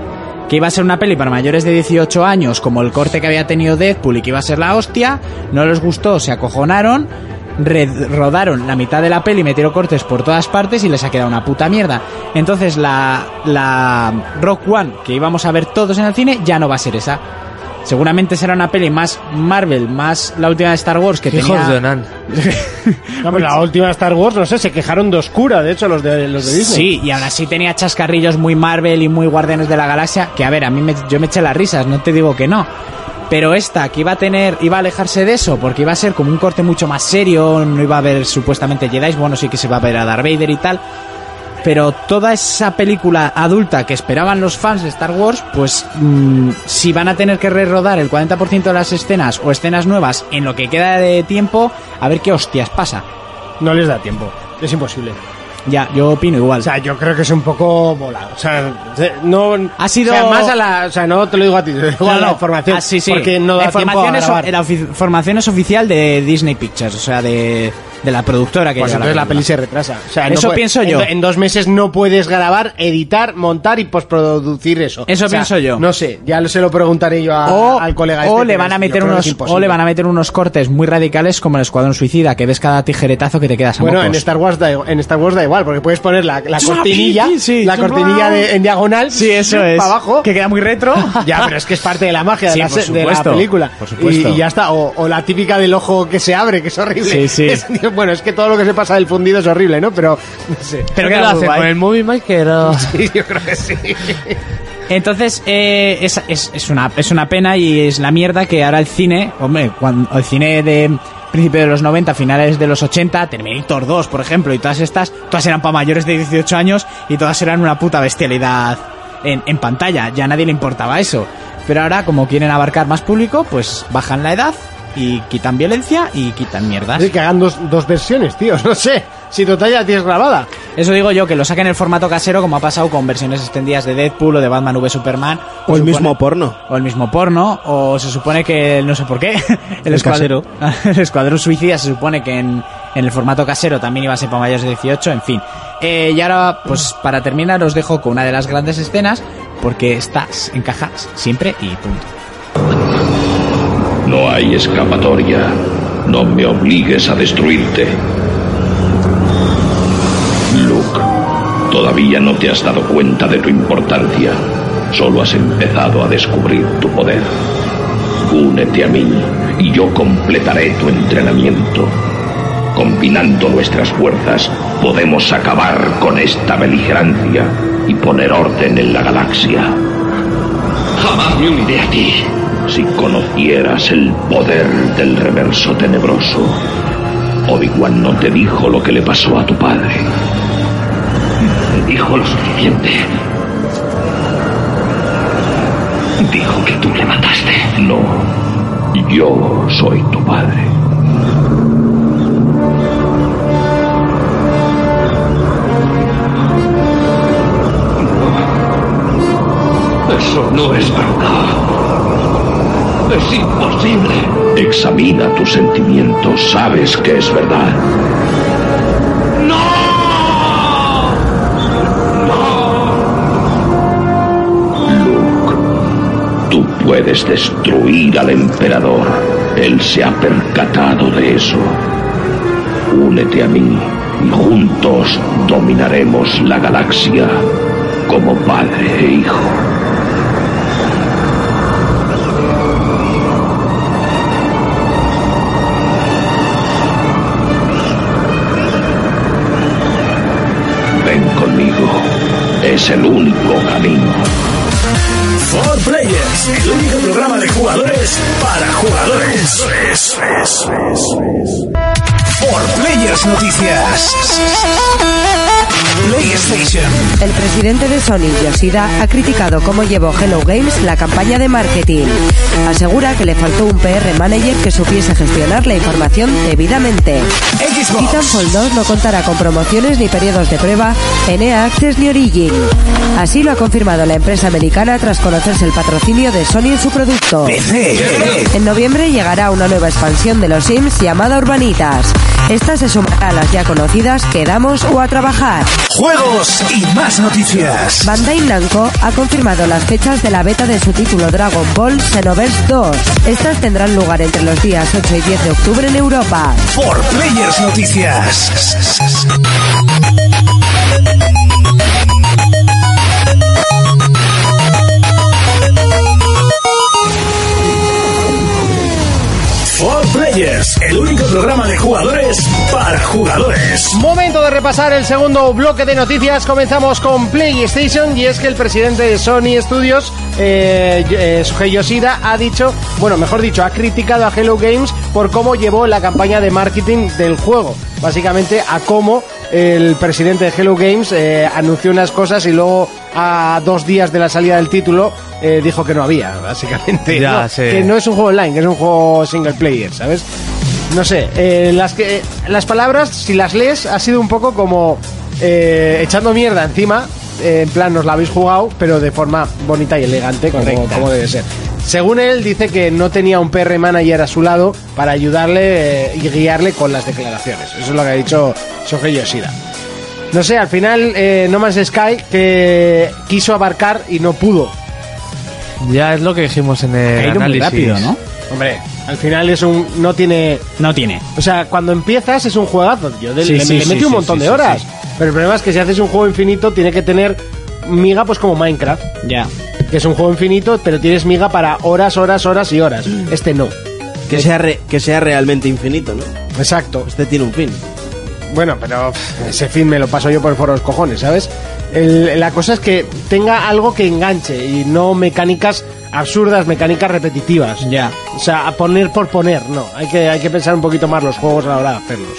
que iba a ser una peli para mayores de 18 años, como el corte que había tenido Deadpool y que iba a ser la hostia, no les gustó, se acojonaron, re- rodaron la mitad de la peli, metieron cortes por todas partes y les ha quedado una puta mierda. Entonces la, la Rock One que íbamos a ver todos en el cine ya no va a ser esa. Seguramente será una peli más Marvel, más la última de Star Wars que Hijos tenía... de Onan. No, pero Pues- la última Star Wars, no sé, se quejaron de oscura, de hecho, los de, los de Disney. Sí, y aún así tenía chascarrillos muy Marvel y muy Guardianes de la Galaxia, que a ver, a mí me, yo me eché las risas, no te digo que no. Pero esta que iba a tener, iba a alejarse de eso, porque iba a ser como un corte mucho más serio, no iba a haber supuestamente Jedi, bueno, sí que se va a ver a Darth Vader y tal. Pero toda esa película adulta que esperaban los fans de Star Wars, pues mm, si van a tener que rerodar el 40% de las escenas o escenas nuevas en lo que queda de tiempo, a ver qué hostias pasa. No les da tiempo, es imposible. Ya, yo opino igual. O sea, yo creo que es un poco volado. O sea, se- no. Ha sido- O sea, más a la. O sea, no te lo digo a ti, te lo digo a No, la no. información. Ah, sí, sí. Porque no da la información tiempo a es, grabar. la ofi- formación es oficial de Disney Pictures, o sea, de, de la productora que Pues lleva entonces la, peli película. se retrasa. O sea, Eso puede- pienso en yo. do- En, dos meses no puedes grabar, editar, montar y postproducir eso. Eso O sea, pienso yo. No sé, ya lo- se lo preguntaré yo a- o, al colega. o este, le pero van a yo meter creo que es unos imposible. o le van a meter unos cortes muy radicales como el Escuadrón Suicida, que ves cada tijeretazo que te quedas a Bueno, mocos. en Star Wars da, igual- en Star Wars da igual, porque puedes poner la, la cortinilla, sí, la sí. cortinilla de- en diagonal, Sí, eso es. para abajo. Que queda muy retro. Ya, pero es que es parte de la magia Sí, de, la, por se- de la supuesto, película. por supuesto. Y, y ya está. O, o la típica del ojo que se abre, que es horrible. Sí, sí. Es- bueno, es que todo lo que se pasa del fundido es horrible, ¿no? Pero no sé. Pero ¿Qué queda lo muy hacen? guay. ¿Con el Movie Maker o...? Sí, yo creo que sí. Entonces, eh, es, es- es una, es una pena y es la mierda que ahora el cine, hombre, cuando el cine de principios de los 90, finales de los 80, Terminator 2, por ejemplo, y todas estas, todas eran para mayores de 18 años y todas eran una puta bestialidad en, en pantalla. Ya a nadie le importaba eso. Pero ahora, como quieren abarcar más público, pues bajan la edad y quitan violencia y quitan mierdas. Así que hagan dos, dos versiones, tío. No sé. Si total ya la tienes grabada. Eso digo yo, que lo saquen en el formato casero, como ha pasado con versiones extendidas de Deadpool o de Batman V Superman. O el Supone- mismo porno. o el mismo porno, o se supone que, no sé por qué, el, El escuadrón, casero. el escuadrón suicida se supone que en, en el formato casero también iba a ser para mayores de 18, en fin. Eh, y ahora, pues para terminar, os dejo con una de las grandes escenas, porque estás en cajas siempre y punto. No hay escapatoria. No me obligues a destruirte. Luke, todavía no te has dado cuenta de tu importancia. Solo has empezado a descubrir tu poder. Únete a mí y yo completaré tu entrenamiento. Combinando nuestras fuerzas, podemos acabar con esta beligerancia y poner orden en la galaxia. Jamás me uniré a ti. Si conocieras el poder del reverso tenebroso, Obi-Wan no te dijo lo que le pasó a tu padre. Dijo lo suficiente. Dijo que tú le mataste. No, yo soy tu padre. Eso no es verdad. Es imposible. Examina tus sentimientos. Sabes que es verdad. ¡No! ¡No! Luke, tú puedes destruir al emperador. Él se ha percatado de eso. Únete a mí y juntos dominaremos la galaxia como padre e hijo. Ven conmigo. Es el único camino. For Players, el único programa de jugadores para jugadores. For Players Noticias. PlayStation. El presidente de Sony, Yoshida, ha criticado cómo llevó Hello Games la campaña de marketing. Asegura que le faltó un PR manager que supiese gestionar la información debidamente. Titanfall 2 no contará con promociones ni periodos de prueba en EA Access ni Origin. Así lo ha confirmado la empresa americana tras conocerse el patrocinio de Sony en su producto. PC. En noviembre llegará una nueva expansión de los Sims llamada Urbanitas. Esta se sumará a las ya conocidas Quedamos o a trabajar. Juegos y más noticias. Bandai Namco ha confirmado las fechas de la beta de su título Dragon Ball Xenoverse 2. Estas tendrán lugar entre los días 8 y 10 de octubre en Europa. For Players Noticias. For Players, el único programa de jugadores para jugadores. Momento de repasar el segundo bloque de noticias. Comenzamos con PlayStation y es que el presidente de Sony Studios, eh, eh, Shuhei Yoshida, ha dicho, bueno, mejor dicho, ha criticado a Hello Games por cómo llevó la campaña de marketing del juego. Básicamente a cómo el presidente de Hello Games eh, anunció unas cosas y luego a dos días de la salida del título eh, dijo que no había, básicamente. Ya, No, sí. Que no es un juego online, que es un juego single player, ¿sabes? No sé, eh, las, que, las palabras, si las lees, ha sido un poco como eh, echando mierda encima. eh, en plan, nos la habéis jugado, pero de forma bonita y elegante, como, como debe ser. Según él, dice que no tenía un PR manager a su lado para ayudarle eh, y guiarle con las declaraciones. Eso es lo que ha dicho Shohei Yoshida. No sé, al final eh, No Man's Sky que quiso abarcar y no pudo. Ya es lo que dijimos en el Ha ido muy análisis. rápido, ¿no? Hombre, al final es un no tiene No tiene. O sea, cuando empiezas es un juegazo. Yo de- Sí, le, sí, le sí, metí un sí, montón sí, de sí, horas. sí. Pero el problema es que si haces un juego infinito, tiene que tener miga, pues como Minecraft, Ya. que es un juego infinito, pero tienes miga para horas, horas, horas y horas. Este no. Que sea, re- que sea realmente infinito, ¿no? Exacto. Este tiene un fin. Bueno, pero pff, ese fin me lo paso yo por el foro de los cojones, ¿sabes? El- la cosa es que tenga algo que enganche y no mecánicas absurdas, mecánicas repetitivas. Ya. O sea, a poner por poner, no. Hay que, hay que pensar un poquito más los juegos a la hora de hacerlos.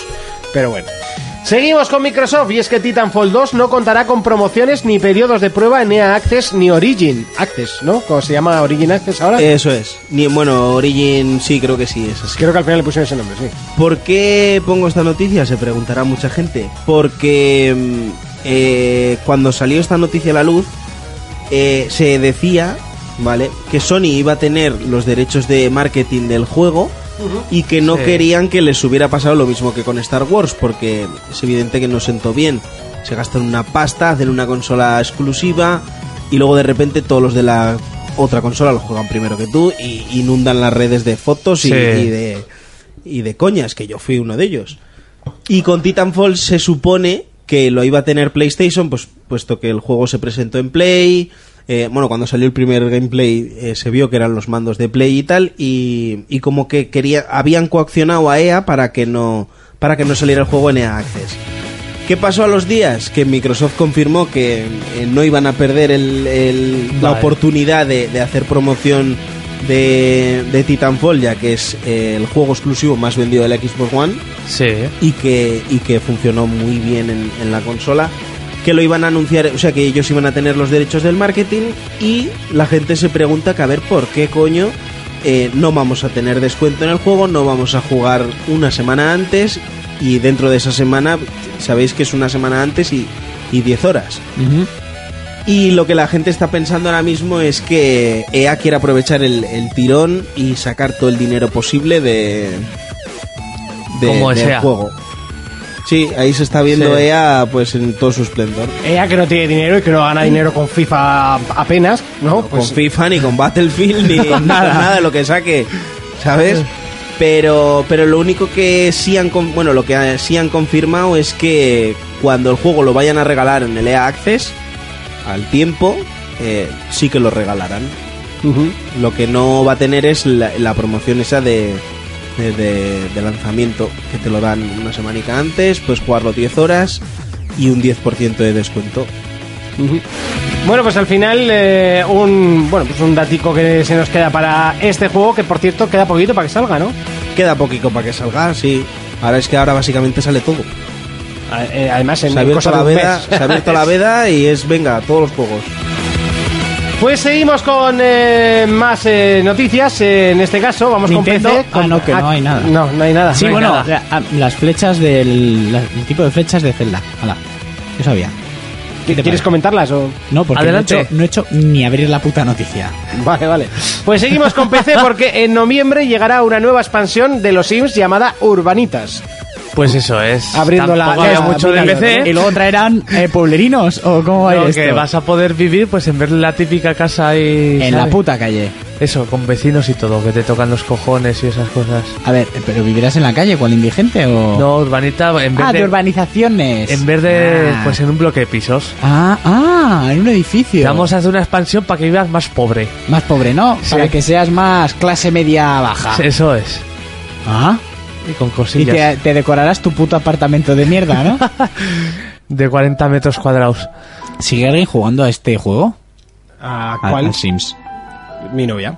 Pero bueno. Seguimos con Microsoft y es que Titanfall 2 no contará con promociones ni periodos de prueba en EA Access ni Origin Access, ¿no? Como se llama Origin Access ahora. Eso es. Ni, bueno, Origin sí, creo que sí es así. Creo que al final le pusieron ese nombre, sí. ¿Por qué pongo esta noticia? Se preguntará mucha gente. Porque mm, eh, cuando salió esta noticia a la luz, eh, se decía, ¿vale? Que Sony iba a tener los derechos de marketing del juego y que no Sí. querían que les hubiera pasado lo mismo que con Star Wars, porque es evidente que no sentó bien. Se gastan una pasta, hacen una consola exclusiva, y luego de repente todos los de la otra consola lo juegan primero que tú y inundan las redes de fotos y, Sí. y de y de coñas que yo fui uno de ellos. Y con Titanfall se supone que lo iba a tener PlayStation, pues puesto que el juego se presentó en Play. eh, bueno, cuando salió el primer gameplay eh, se vio que eran los mandos de Play y tal, y, y como que quería, habían coaccionado a EA para que no para que no saliera el juego en EA Access. ¿Qué pasó a los días? Que Microsoft confirmó que eh, no iban a perder el- el- la Vale. oportunidad de, de hacer promoción de, de Titanfall, ya que es eh, el juego exclusivo más vendido de la Xbox One Sí. y que, y que funcionó muy bien en, en la consola. Que lo iban a anunciar, o sea, que ellos iban a tener los derechos del marketing y la gente se pregunta que a ver por qué coño eh, no vamos a tener descuento en el juego, no vamos a jugar una semana antes y dentro de esa semana sabéis que es una semana antes y, y 10 horas. Y lo que la gente está pensando ahora mismo es que EA quiere aprovechar el, el tirón y sacar todo el dinero posible de, de- Como del sea. juego. Sí, ahí se está viendo Sí. EA pues en todo su esplendor. Ella E que no tiene dinero y que no gana dinero con FIFA apenas, ¿no? con FIFA ni con Battlefield ni nada, nada de lo que saque, ¿sabes? Pero, pero lo único que sí han con- bueno, lo que eh, sí han confirmado es que cuando el juego lo vayan a regalar en el EA Access, al tiempo, eh, sí que lo regalarán. Lo que no va a tener es la, la promoción esa de, de, de- de lanzamiento, que te lo dan una semanica antes, pues jugarlo 10 horas y un 10% de descuento. Bueno, pues al final eh, un bueno pues un datico que se nos queda para este juego que por cierto queda poquito para que salga, ¿no? Queda poquito para que salga, sí. Ahora es que ahora básicamente sale todo. A- eh, Además en Se ha abierto cosa de la un veda, mes. se ha abierto la veda y es venga, todos los juegos. Pues seguimos con eh, más eh, noticias. eh, en este caso vamos Nintendo, con PC. ah, con- no, que no hay nada. No, no hay nada. Sí, Ah, no hay bueno, nada. la- a- las flechas del la- el tipo de flechas de Zelda. Hala, yo sabía. ¿Qué te ¿Quieres parece? comentarlas o...? No, porque no he, Adelante. hecho, no he hecho ni abrir la puta noticia. Vale, vale. Pues seguimos con PC porque en noviembre llegará una nueva expansión de los Sims llamada Urbanitas. Pues eso es. Abriendo la- Tampoco había la- mucho de mira, PC. Y luego traerán eh, pueblerinos o cómo va a ir Lo esto? que vas a poder vivir, pues en ver la típica casa ahí. en ¿sabes? la puta calle. Eso, con vecinos y todo, que te tocan los cojones y esas cosas. A ver, eh, pero vivirás en la calle cual indigente o No, urbanita, en vez Ah, de, de. urbanizaciones. En vez de. Ah. Pues en un bloque de pisos. Ah, ah, en un edificio. Te vamos a hacer una expansión para que vivas más pobre. Más pobre, ¿no? Sí. Para que seas más clase media baja. Eso es. Ah, Y con y cosillas. te, te decorarás tu puto apartamento de mierda, ¿no? De 40 metros cuadrados. ¿Sigue alguien jugando a este juego? ¿A Al- al Sims. Ah, Mi novia.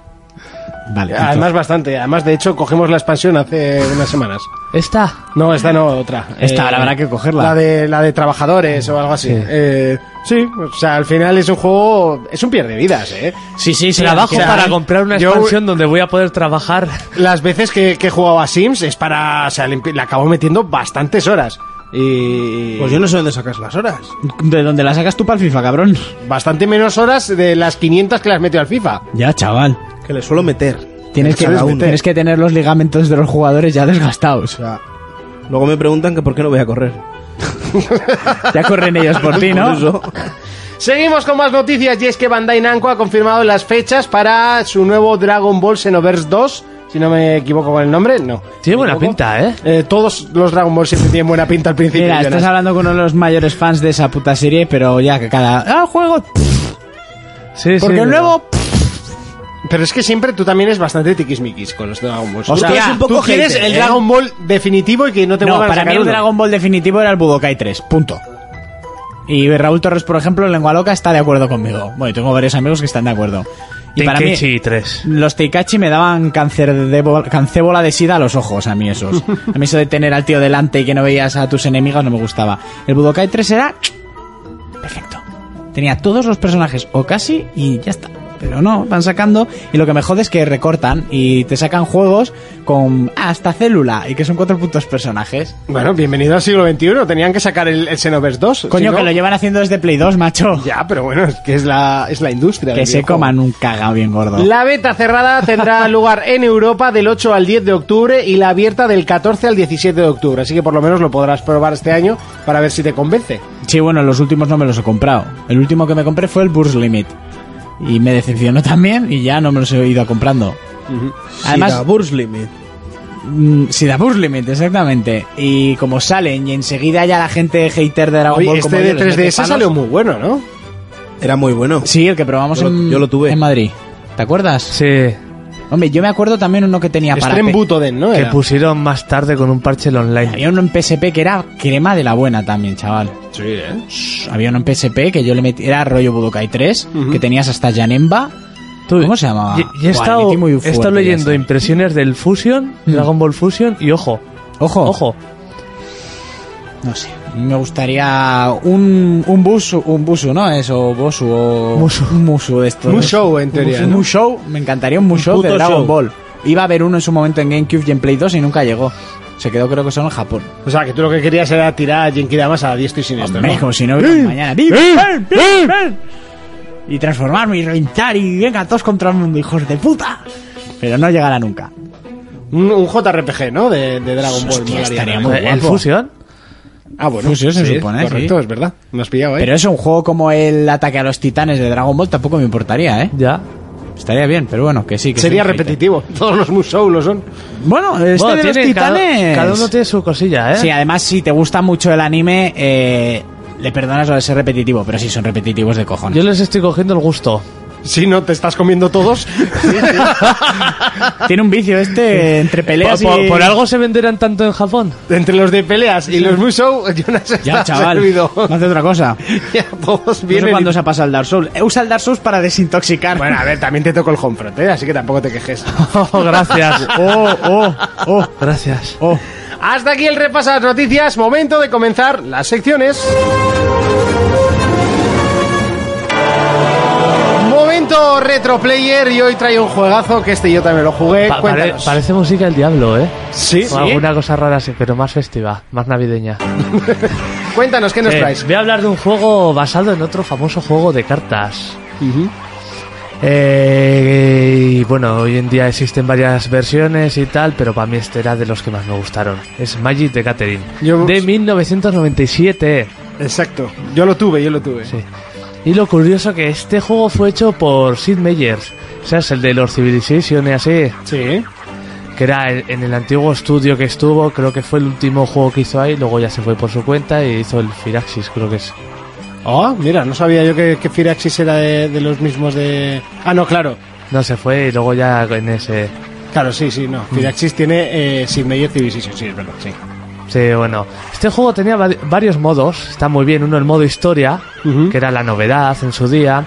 Vale. Además bastante. Además, de hecho, cogimos la expansión hace unas semanas. Esta. No, esta no, otra. Eh, Esta la habrá que cogerla. La de, la de trabajadores o algo así. Sí. Eh, sí, o sea, al final es un juego... Es un pierde vidas, ¿eh? Sí, sí, sí, Trabajo o sea, para comprar una yo- expansión donde voy a poder trabajar. Las veces que, que he jugado a Sims es para... O sea, le, le acabo metiendo bastantes horas. Y... Pues yo no sé dónde sacas las horas. ¿De dónde la sacas tú para el FIFA, cabrón? Bastante menos horas de las 500 que las metió al FIFA. Ya, chaval. Que le suelo meter. Tienes que, Cada uno. tienes que tener los ligamentos de los jugadores ya O desgastados. sea, luego me preguntan que por qué no voy a correr. Ya corren ellos por ti, Por ¿no? eso. Seguimos con más noticias y es que Bandai Namco ha confirmado las fechas para su nuevo Dragon Ball Xenoverse 2. Si no me equivoco con el nombre, no. Tiene buena ¿Me equivoco? pinta, ¿eh? Eh, todos los Dragon Ball siempre tienen buena pinta al principio. Mira, Jonas. estás hablando con uno de los mayores fans de esa puta serie, pero ya que cada... ¡Ah, juego! Sí, sí. Porque el pero- nuevo... Pero es que siempre tú también eres bastante tiquismiquis con los Dragon Balls. Hostia, O sea, es un poco tú quieres hater, el ¿eh? Dragon Ball definitivo y que no te No, vuelvan a para sacar mí el uno. Dragon Ball definitivo era el Budokai 3, punto. Y Raúl Torres, por ejemplo, en Lengua Loca está de acuerdo conmigo. Bueno, y tengo varios amigos que están de acuerdo. Y para mí, Tenkaichi 3. los Teikachi me daban cáncer de bol- cancébola de sida a los ojos, a mí esos. A mí eso de tener al tío delante y que no veías a tus enemigos no me gustaba. El Budokai 3 era... Perfecto. Tenía todos los personajes, o casi, y ya está. Pero no, van sacando, y lo que me jode es que recortan y te sacan juegos con hasta célula, y que son cuatro puntos personajes. Bueno, bienvenido al siglo XXI. Tenían que sacar el, el Xenoverse 2. Coño, si no- que lo llevan haciendo desde Play 2, macho. Ya, pero bueno, es que es la, es la industria. que del se videojuego. coman un cagao bien gordo. La beta cerrada tendrá lugar en Europa del 8 al 10 de octubre y la abierta del 14 al 17 de octubre. Así que por lo menos lo podrás probar este año para ver si te convence. Sí, bueno, los últimos no me los he comprado. El último que me compré fue el Burst Limit. Y me decepcionó también y ya no me los he ido comprando. Además, Sida Burst Limit. mm, Sida Burst Limit, exactamente. Y como salen y enseguida ya la gente hater de Dragon Oye, Ball como este yo de les mete 3DS palos. salió muy bueno, ¿no? Era muy bueno. Sí, el que probamos Yo lo- en, yo lo tuve. en Madrid. ¿Te acuerdas? Sí, Hombre, yo me acuerdo también uno que tenía para... Extreme pe- Este Butoden, ¿no? que Era. pusieron más tarde con un parche el online. Había uno en PSP que era crema de la buena también, chaval. Sí, ¿eh? Shh, Había uno en PSP que yo le metí... Era rollo Budokai 3, Ujú. que tenías hasta Janemba. Tú- ¿Cómo se llamaba? Y, y he, Buah, estado, le metí muy he fuerte, estado ya leyendo sé. impresiones del Fusion, Mm. Oh, Dragon Ball Fusion, y ojo, Ojo. ojo, No sé. Me gustaría un, un busu, un busu, ¿no? Eso, bosu o... Musu. Un musu de estos. Mushou, en teoría, Un ¿no? mushou. Me encantaría un mushou puto de Dragon show. Ball. Iba a haber uno en su momento en GameCube y en Play 2 y nunca llegó. Se quedó creo que solo en Japón. O sea, que tú lo que querías era tirar a Genkidama a diestro y siniestro, Hombre, ¿no? como si no hubiera mañana. ¡Bim, bam, bim, bam! Y transformarme y reventar y venga, todos contra el mundo, hijos de puta. Pero no llegará nunca. Un, un JRPG, ¿no? De, de Dragon Ball. Hostia, molaría, estaría ¿no? muy Eh, el guapo. Fusion. Ah, bueno. Fusión Pues se supone, Correcto, sí. es verdad. Me has pillado, ¿eh? Pero eso, un juego como el ataque a los titanes de Dragon Ball tampoco me importaría, ¿eh? Ya. Estaría bien, pero bueno, que sí. Que Sería soy un hater. repetitivo. Todos los Musou lo son. Bueno, este Bueno, de los tiene- cada- titanes. Cada, uno tiene su cosilla, ¿eh? Sí, además, si te gusta mucho el anime, eh, le perdonas lo de ser repetitivo, pero sí son repetitivos de cojones. Yo les estoy cogiendo el gusto. Si no te estás comiendo todos. Tiene un vicio este entre peleas Por, por- y... por algo se venderán tanto en Japón? Entre los de peleas y los Musou, Jonas Ya, está chaval, servido. no hace otra cosa. ya todos No sé vienen. cuándo y- se ha pasado el Dark Souls. Eh, Usa el Dark Souls para desintoxicar. Bueno, a ver, también te tocó el Homefront, ¿eh? Así que tampoco te quejes. Oh, gracias. Oh, oh, oh, gracias. Oh, Hasta aquí el repaso de las noticias. Momento de comenzar las secciones. Momento retro player y hoy trae un juegazo que este yo también lo jugué. Pa- pare- Cuéntanos. parece música del diablo, ¿eh? Sí, O alguna cosa rara así, pero más festiva, más navideña. Cuéntanos qué nos Eh, traes. voy a hablar de un juego basado en otro famoso juego de cartas. Eh, y bueno, hoy en día existen varias versiones y tal, pero para mí este era de los que más me gustaron. Es Magic the Catering Yo- de 1997. Exacto. Yo lo tuve, yo lo tuve. Sí. Y lo curioso que este juego fue hecho por Sid Meyers. O sea, es el de los Civilization y así. Sí. Que era en en el antiguo estudio que estuvo, creo que fue el último juego que hizo ahí. Luego ya se fue por su cuenta y hizo el Firaxis, creo que es. Oh, mira, no sabía yo que, que Firaxis era de, de los mismos de. Ah, no, claro. No se fue y luego ya en ese. Claro, sí, sí, no. Firaxis tiene eh, Sid Meier Civilization, sí, es verdad, sí. Sí, bueno. Este juego tenía va- varios modos. Está muy bien. Uno el modo historia, Ujú. que era la novedad en su día.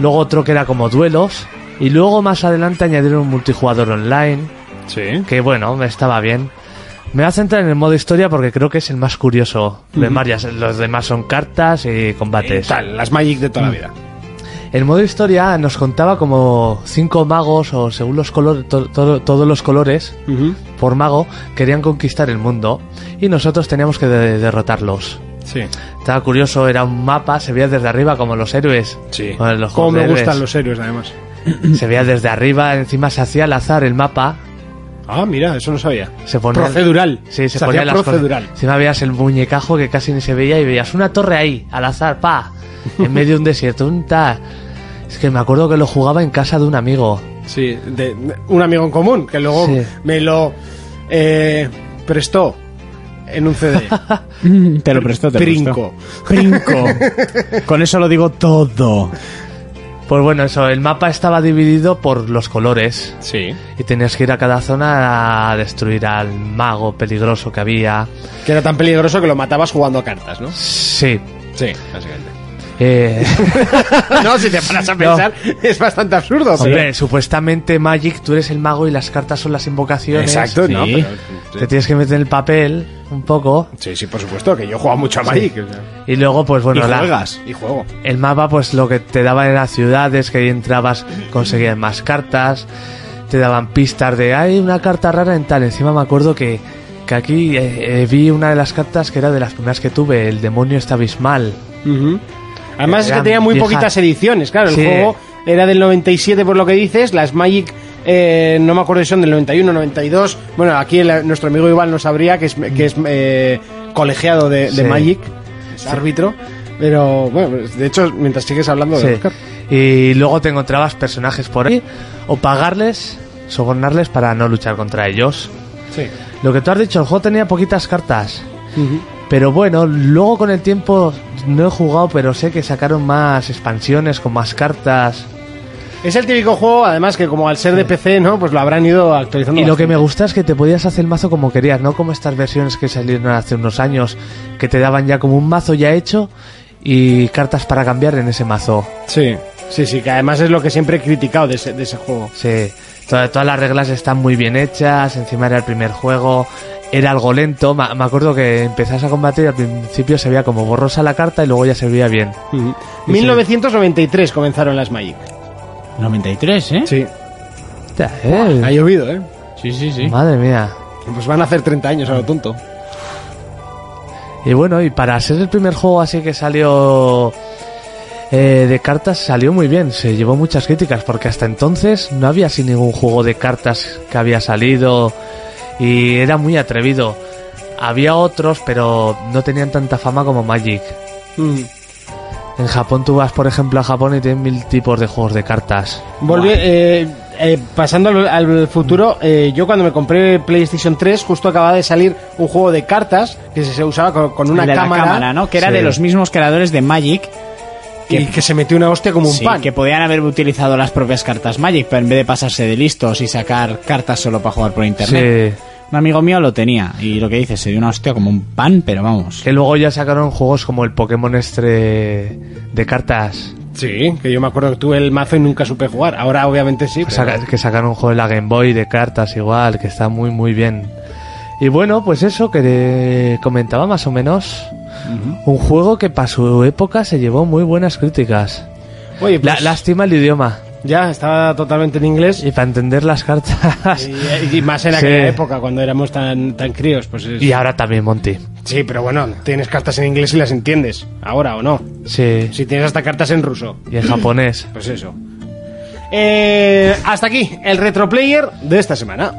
Luego otro que era como duelos. Y luego más adelante añadieron un multijugador online. Sí. Que bueno, me estaba bien. Me voy a centrar en el modo historia porque creo que es el más curioso de varias. Los demás son cartas y combates. Tal, las Magic de toda la vida. El modo historia nos contaba como cinco magos o según los colores, todos los colores por mago querían conquistar el mundo y nosotros teníamos que de- derrotarlos. Sí. Estaba curioso, era un mapa, se veía desde arriba como los héroes. Sí. Bueno, los Como juegos me de héroes. gustan los héroes, además. Se veía desde arriba, encima se hacía al azar el mapa. Ah, mira, eso no sabía. Se ponía Procedural. Sí, se, Se ponía hacía las cosas. procedural. Encima veías el muñecajo que casi ni se veía y veías una torre ahí, al azar, pa, en medio de un desierto, un ta. Es que me acuerdo que lo jugaba en casa de un amigo. Sí, de, de un amigo en común que luego Sí. me lo eh, prestó en un CD. te lo prestó, te lo Princo. prestó. Princo. Con eso lo digo todo. Pues bueno, eso, el mapa estaba dividido por los colores. Sí. Y tenías que ir a cada zona a destruir al mago peligroso que había. Que era tan peligroso que lo matabas jugando a cartas, ¿no? Sí. Sí, básicamente. Eh, no, si te paras a pensar, es bastante absurdo. hombre, supuestamente Magic, tú eres el mago y las cartas son las pero- invocaciones. Exacto, ¿no? sí. Pero- Te tienes que meter en el papel un poco. sí, sí, por supuesto, que yo juego mucho a Magic. o sea, Y luego, pues bueno, la- Y juego. el mapa, pues lo que te daban eran ciudades, que ahí entrabas, conseguías más cartas. Te daban pistas de, hay una carta rara en tal. Encima me acuerdo que, que aquí eh, eh, vi una de las cartas que era de las primeras que tuve, el demonio está abismal. Además es que Era tenía muy vieja. poquitas ediciones, claro, Sí. el juego era del 97 por lo que dices, las Magic eh, no me acuerdo si son del 91, 92, bueno, aquí el- nuestro amigo Iván lo sabría, que es, que es eh, colegiado de, de Sí. Magic, es árbitro, Pero bueno, pues, de hecho, mientras sigues hablando de Sí. Oscar. Y luego te encontrabas personajes por ahí o pagarles, sobornarles para no luchar contra ellos. Sí. Lo que tú has dicho, el juego tenía poquitas cartas. Pero bueno, luego con el tiempo no he jugado, pero sé que sacaron más expansiones con más cartas. Es el típico juego, además, que como al ser de PC, ¿no? Pues lo habrán ido actualizando. Y lo que me gusta es que te podías hacer el mazo como querías, no como estas versiones que salieron hace unos años, que te daban ya como un mazo ya hecho y cartas para cambiar en ese mazo. Sí, sí, sí, que además es lo que siempre he criticado de ese, de ese juego. Sí, toda- todas las reglas están muy bien hechas, encima era el primer juego, era algo lento, ma- me acuerdo que empezás a combatir y al principio se veía como borrosa la carta y luego ya se veía bien. 1993 comenzaron las Magic. 93, ¿eh? Sí, Eh, ha llovido, ¿eh? Sí, sí, sí. Madre mía. Pues van a hacer 30 años a lo tonto. Y bueno, y para ser el primer juego así que salió eh, de cartas, salió muy bien. Se llevó muchas críticas porque hasta entonces no había así ningún juego de cartas que había salido y era muy atrevido. Había otros, pero no tenían tanta fama como Magic. Mm. En Japón tú vas, por ejemplo, a Japón y tienen mil tipos de juegos de cartas. Volve- eh, eh, pasando al, al futuro, eh, yo cuando me compré PlayStation 3 justo acababa de salir un juego de cartas que se usaba con, con una El de la cámara, ¿no? Que era Sí. de los mismos creadores de Magic. y que se metió una hostia como un sí, pan. que podían haber utilizado las propias cartas Magic, pero en vez de pasarse de listos y sacar cartas solo para jugar por internet. Sí. Un amigo mío lo tenía y lo que dice, se dio una hostia como un pan, pero vamos. Que luego ya sacaron juegos como el Pokémon este de cartas. Sí, que yo me acuerdo que tuve el mazo y nunca supe jugar. Ahora obviamente sí. Pues pero- Pues Saca- que sacaron un juego de la Game Boy de cartas igual, que está muy muy bien. Y bueno, pues eso que te comentaba más o menos. Un juego que para su época se llevó muy buenas críticas. Oye, La- pues, lástima el idioma. ya estaba totalmente en inglés. Y para entender las cartas. eh, Y, y más en Sí. aquella época, cuando éramos tan, tan críos. Pues es- y ahora también Monty. Sí, pero bueno, tienes cartas en inglés y las entiendes. Ahora o no. Sí. Si tienes hasta cartas en ruso. Y en japonés. Pues eso. Eh, hasta aquí el retroplayer de esta semana.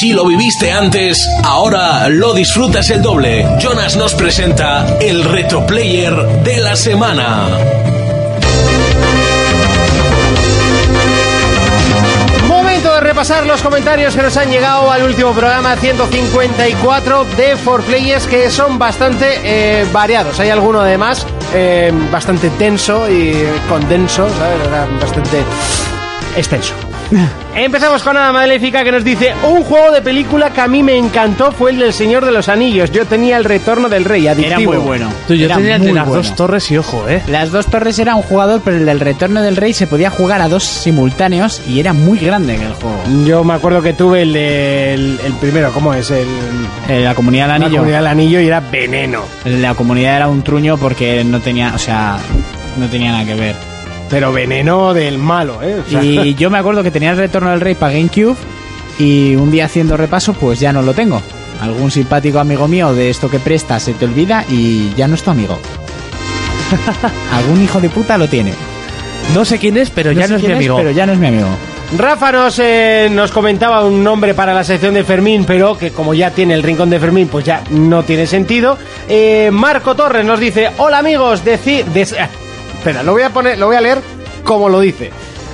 Si lo viviste antes, ahora lo disfrutas el doble. Jonas nos presenta el retroplayer de la semana. Momento de repasar los comentarios que nos han llegado al último programa 154 de 4Players que son bastante eh, variados. Hay alguno además eh, bastante tenso y condenso, ¿sabes? Era Bastante extenso. Empezamos con Ana Maléfica que nos dice Un juego de película que a mí me encantó fue el del Señor de los Anillos Yo tenía el Retorno del Rey, adictivo Era muy bueno. Tú, yo Era tenía el de muy las bueno. dos torres y ojo, eh. Las dos torres era un jugador, pero el del retorno del rey se podía jugar a dos simultáneos y era muy grande en el juego. Yo me acuerdo que tuve el, de- el- el primero, ¿cómo es? El, Eh, la comunidad del la anillo. comunidad del anillo y era veneno. La comunidad era un truño porque no tenía, o sea, no tenía nada que ver. Pero veneno del malo, ¿eh? O sea, Y yo me acuerdo que tenía el retorno del rey para GameCube y un día haciendo repaso pues ya no lo tengo. Algún simpático amigo mío de esto que presta se te olvida y ya no es tu amigo. Algún hijo de puta lo tiene. No sé quién es, pero ya sé no es mi quién amigo. pero ya no es mi amigo. Rafa nos, eh, nos comentaba un nombre para la sección de Fermín, pero que como ya tiene el rincón de Fermín, pues ya no tiene sentido. Eh, Marco Torres nos dice, hola amigos, decir... des- ah, espera, lo voy a poner, lo voy a leer como lo dice.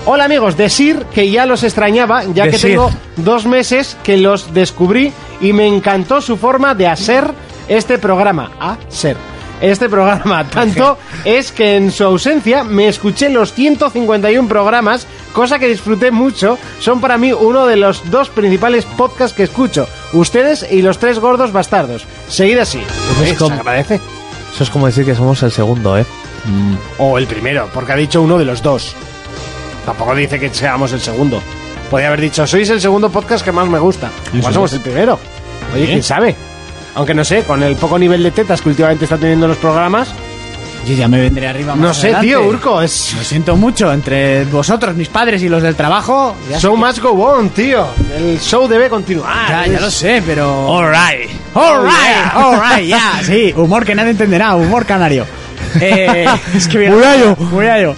Hola amigos, decir que ya los extrañaba, ya que Decir. tengo dos meses que los descubrí y me encantó su forma de hacer este programa. Hacer. Este programa tanto es que en su ausencia me escuché los 151 programas, cosa que disfruté mucho. Son para mí uno de los dos principales podcasts que escucho. Ustedes y los tres gordos bastardos. Seguid así. Eh, como- se agradece. Eso es como decir que somos el segundo, eh. O el primero, porque ha dicho uno de los dos. Tampoco dice que seamos el segundo. Podría haber dicho, sois el segundo podcast que más me gusta. Igual somos el primero. Oye, quién sabe. Aunque no sé, con el poco nivel de tetas que últimamente están teniendo los programas. Yo ya me vendré arriba. más No sé, adelante. tío, Urco. Es... Lo siento mucho, entre vosotros, mis padres y los del trabajo. Ya, Show must go on, tío. El show debe continuar. ya, ya lo sé, pero. Alright. Alright, alright, ya, sí, humor que nadie entenderá, humor canario. Eh, es que mira, murallo, murallo.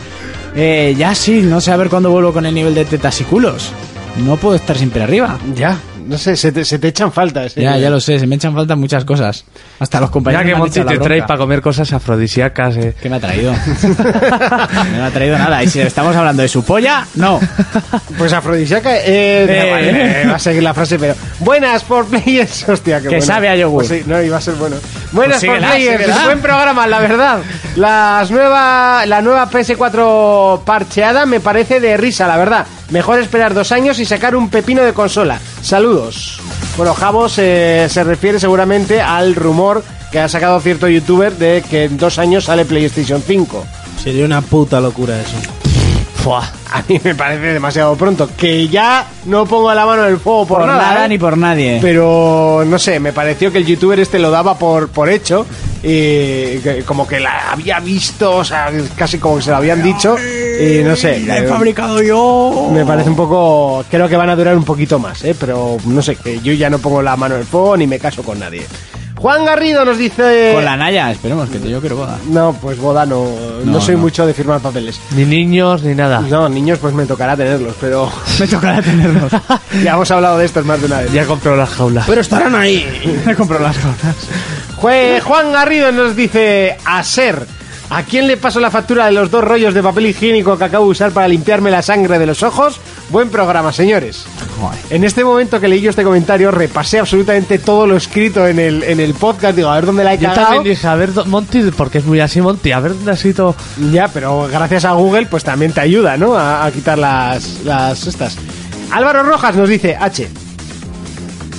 Eh, ya sí, no sé a ver cuándo vuelvo con el nivel de tetas y culos. No puedo estar siempre arriba. Ya. No sé, se te, se te echan falta. ese- Ya, ya lo sé, se me echan falta muchas cosas. Hasta los compañeros. Mira que me han dicho Monty te la trae bronca. para comer cosas afrodisíacas. eh. ¿Qué me ha traído? no me ha traído nada. Y si estamos hablando de su polla, no. Pues afrodisíaca, eh, Eh. da igual, eh, va a seguir la frase, pero buenas por players, hostia, qué Que bueno. sabe a yogur. Pues sí, no, iba a ser bueno. Buenas Pues por síguela, players, síguela. buen programa, la verdad. Las nueva, la nueva PS4 parcheada me parece de risa, la verdad. Mejor esperar dos años y sacar un pepino de consola. Saludos. Bueno, Javos eh, se refiere seguramente al rumor que ha sacado cierto youtuber de que en dos años sale PlayStation 5. Sería una puta locura eso. A mí me parece demasiado pronto. Que ya no pongo la mano en el fuego por, Por nada ¿eh? ni por nadie. Pero no sé, me pareció que el youtuber este lo daba por, por hecho. Y que- como que la había visto, o sea, casi como que se lo habían dicho. Y no sé. La he eh, fabricado yo. Me parece un poco. Creo que van a durar un poquito más, ¿eh? Pero no sé, que yo ya no pongo la mano en el fuego ni me caso con nadie. Juan Garrido nos dice. Con la Naya, esperemos que yo quiero boda. No, pues boda no. No, No, soy no. mucho de firmar papeles. Ni niños, ni nada. No, niños, pues me tocará tenerlos, pero. Ah. Me tocará tenerlos. Ya hemos hablado de esto más de una vez. Ya compró las jaulas. Pero estarán ahí. Me compro las cosas. Jue- Juan Garrido nos dice a ser. ¿A quién le paso la factura de los dos rollos de papel higiénico que acabo de usar para limpiarme la sangre de los ojos? Buen programa, señores. En este momento que leí yo este comentario, repasé absolutamente todo lo escrito en el, en el podcast. Digo, a ver dónde la he Yo cagado. también dije, a ver, do- Monty, porque es muy así, Monty, a ver dónde has ido. Ya, pero gracias a Google, pues también te ayuda, ¿no? A, a quitar las, las estas. Álvaro Rojas nos dice, H.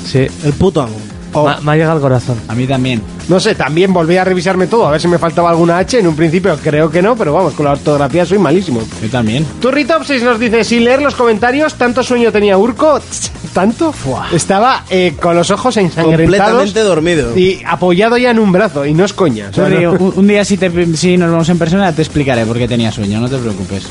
Sí, El puto amo. o- Ma- me ha llegado al corazón. A mí también. No sé, también volví a revisarme todo, a ver si me faltaba alguna H. En un principio creo que no, pero vamos, con la ortografía soy malísimo. Yo también. Turritopsis nos dice, sin leer los comentarios, tanto sueño tenía Urco, Tss, tanto, Fuah. estaba eh, con los ojos ensangrentados Completamente dormido. y apoyado ya en un brazo, y no es coña. o sea, Sorry, no. un, un día si, te, si nos vemos en persona te explicaré por qué tenía sueño, no te preocupes.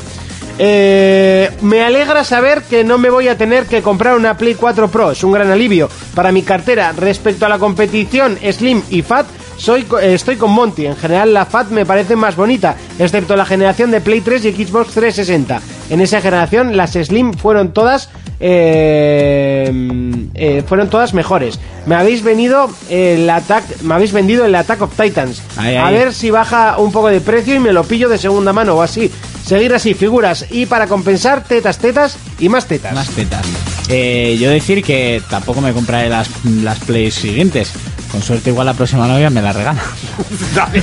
Eh, me alegra saber que no me voy a tener que comprar una Play 4 Pro, es un gran alivio para mi cartera. Respecto a la competición Slim y Fat, soy, co- eh, estoy con Monty. En general la Fat me parece más bonita, excepto la generación de Play 3 y Xbox 360. En esa generación las Slim fueron todas... eh, eh, fueron todas mejores. Me habéis venido el attack, me habéis vendido el Attack of Titans. Ahí, a ahí. ver si baja un poco de precio y me lo pillo de segunda mano o así. Seguir así, figuras. Y para compensar, tetas, tetas y más tetas. Más tetas. Eh, yo decir que tampoco me compraré las, las plays siguientes. Con suerte igual la próxima novia me la regala.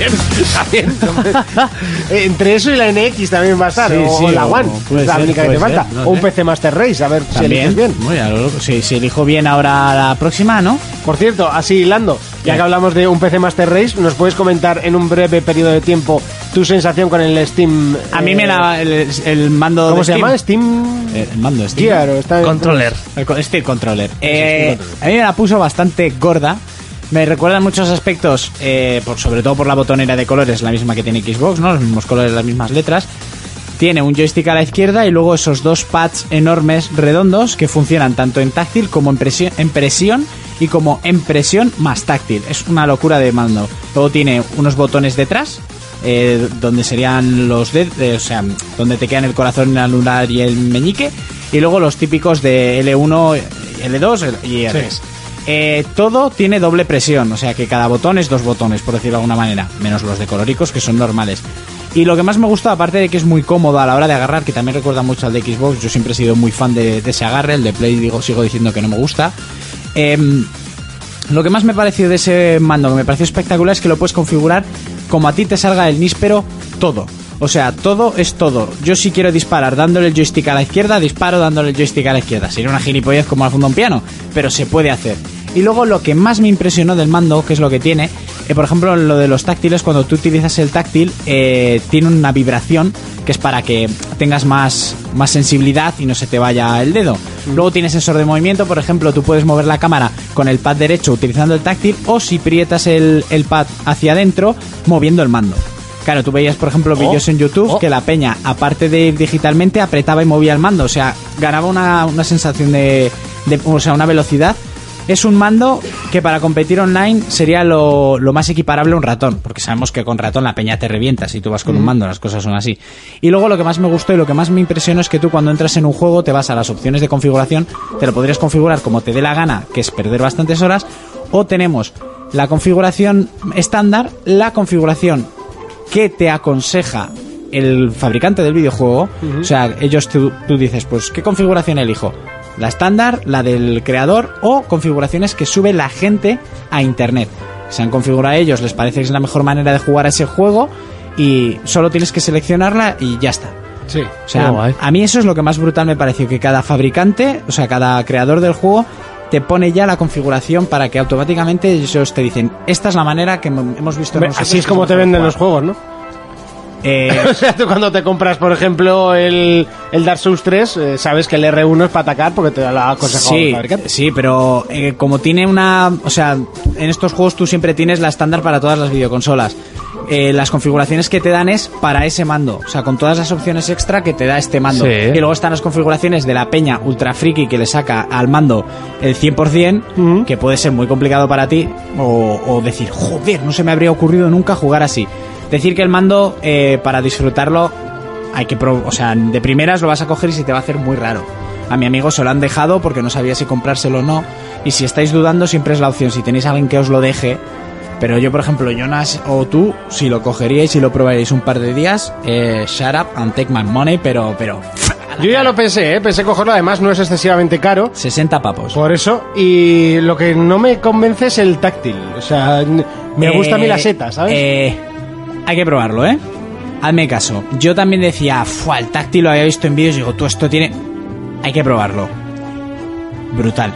Eh, Entre eso y la NX también va a estar. Sí, o, sí, o la o- One. puede es la ser, única que te puede falta. ser, no o un sé. PC Master Race, a ver si eliges También. bien. Muy a lo loco. Si, si elijo bien ahora la próxima, ¿no? Por cierto, así hilando, ya Sí. que hablamos de un PC Master Race, ¿nos puedes comentar en un breve periodo de tiempo tu sensación con el Steam? A mí me eh, la el, el mando ¿Cómo de se Steam. llama? Steam. Eh, El mando de Steam. Gear, o está- Controller. El co- Steel Controller. Steel Eh, a mí me la puso bastante gorda. Me recuerda en muchos aspectos, eh, por, sobre todo por la botonera de colores, la misma que tiene Xbox, ¿no? Los mismos colores, las mismas letras. Tiene un joystick a la izquierda y luego esos dos pads enormes redondos que funcionan tanto en táctil como en presión, en presión y como en presión más táctil. Es una locura de mando. Luego tiene unos botones detrás eh, donde serían los dedos, o sea, donde te quedan el corazón, el anular y el meñique, y luego los típicos de L1, L2 y R3. Eh, todo tiene doble presión, o sea que cada botón es dos botones, por decirlo de alguna manera, menos los de coloricos que son normales. Y lo que más me gusta, aparte de que es muy cómodo a la hora de agarrar, que también recuerda mucho al de Xbox, yo siempre he sido muy fan de, de ese agarre, el de Play digo, sigo diciendo que no me gusta. Em, lo que más me pareció de ese mando, que me pareció espectacular, es que lo puedes configurar como a ti te salga el níspero todo. O sea, todo es todo. Yo si quiero disparar dándole el joystick a la izquierda, disparo dándole el joystick a la izquierda. Sería una gilipollez como al fondo de un piano, pero se puede hacer. Y luego lo que más me impresionó del mando, que es lo que tiene, eh, por ejemplo, lo de los táctiles, cuando tú utilizas el táctil, eh, tiene una vibración que es para que tengas más, más sensibilidad y no se te vaya el dedo. Luego tiene sensor de movimiento, por ejemplo, tú puedes mover la cámara con el pad derecho utilizando el táctil o si prietas el, el pad hacia adentro moviendo el mando. Claro, tú veías, por ejemplo, vídeos en YouTube que la peña, aparte de ir digitalmente, apretaba y movía el mando. O sea, ganaba una, una sensación de, de- O sea, una velocidad. Es un mando que para competir online sería lo, lo más equiparable a un ratón, porque sabemos que con ratón la peña te revienta si tú vas con un mando, las cosas son así. Y luego lo que más me gustó y lo que más me impresionó es que tú cuando entras en un juego te vas a las opciones de configuración, te lo podrías configurar como te dé la gana, que es perder bastantes horas, o tenemos la configuración estándar, la configuración que te aconseja el fabricante del videojuego. O sea, ellos tú, tú dices, pues, ¿qué configuración elijo? ¿La estándar, la del creador o configuraciones que sube la gente a internet? Se han configurado a ellos, les parece que es la mejor manera de jugar a ese juego y solo tienes que seleccionarla y ya está. Sí. O sea, Qué guay. a mí eso es lo que más brutal me pareció, que cada fabricante, o sea, cada creador del juego te pone ya la configuración para que automáticamente ellos te dicen, esta es la manera que m- hemos visto Hombre, nosotros Así es que como mejor te venden jugar". los juegos, ¿no? Eh, O sea, tú cuando te compras, por ejemplo, el, el Dark Souls 3, eh, sabes que el R1 es para atacar porque te lo ha aconsejado Pues el Sí, fabricante. sí, pero eh, como tiene una... O sea, en estos juegos tú siempre tienes la estándar para todas las videoconsolas. Eh, las configuraciones que te dan es para ese mando, o sea, con todas las opciones extra que te da este mando. Sí. Y luego están las configuraciones de la peña ultra friki que le saca al mando el 100%, que puede ser muy complicado para ti, o, o decir, joder, no se me habría ocurrido nunca jugar así. Decir que el mando, eh, para disfrutarlo, hay que pro- o sea, de primeras lo vas a coger y se te va a hacer muy raro. A mi amigo se lo han dejado porque no sabía si comprárselo o no. Y si estáis dudando, siempre es la opción. Si tenéis a alguien que os lo deje. Pero yo, por ejemplo, Jonas o tú, si lo cogeríais y lo probaríais un par de días, eh, shut up and take my money, pero, pero, Yo ya lo pensé, ¿eh? pensé cogerlo, además no es excesivamente caro. 60 papos. Por eso, y lo que no me convence es el táctil. O sea, n- me gusta a mí la seta, ¿sabes? Eh, hay que probarlo, ¿eh? Hazme caso. Yo también decía, "Fua, el táctil lo había visto en vídeos y digo, tú esto tiene... Hay que probarlo. Brutal.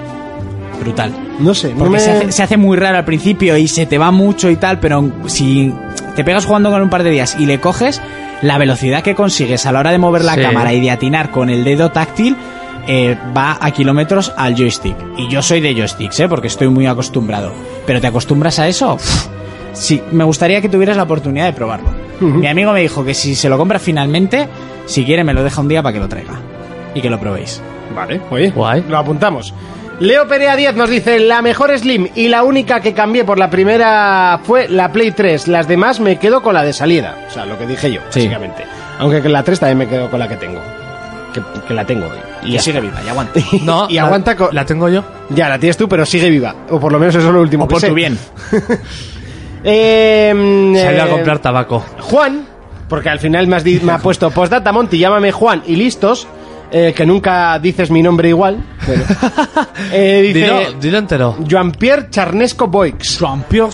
Brutal. no sé, no Porque me... se, hace, se hace muy raro al principio y se te va mucho y tal, pero si te pegas jugando con un par de días y le coges, la velocidad que consigues a la hora de mover la Sí. cámara y de atinar con el dedo táctil eh, va a kilómetros al joystick. Y yo soy de joysticks, ¿eh? porque estoy muy acostumbrado. Pero ¿te acostumbras a eso? Uf. Sí, me gustaría que tuvieras la oportunidad de probarlo. Mi amigo me dijo que si se lo compra finalmente, si quiere me lo deja un día para que lo traiga y que lo probéis. Vale, oye, Guay. lo apuntamos. Leo Perea 10 nos dice, la mejor Slim y la única que cambié por la primera fue la Play 3. Las demás me quedo con la de salida. O sea, lo que dije yo, Sí. básicamente. Aunque con la 3 también me quedo con la que tengo. Que, que la tengo. Y que sigue viva, y aguante. No, y la- aguanta con... La tengo yo. Ya, la tienes tú, pero sigue viva. O por lo menos eso es lo último O que por sé. tu bien. Eh, mm, Se ha ido a eh, comprar tabaco. Juan, porque al final me, has di- me ha puesto postdata Monty, llámame Juan y listos, eh, que nunca dices mi nombre igual. Bueno. Eh, Dilo, dice dilo entero. Joan Pierre Charnesco Boix. Rompió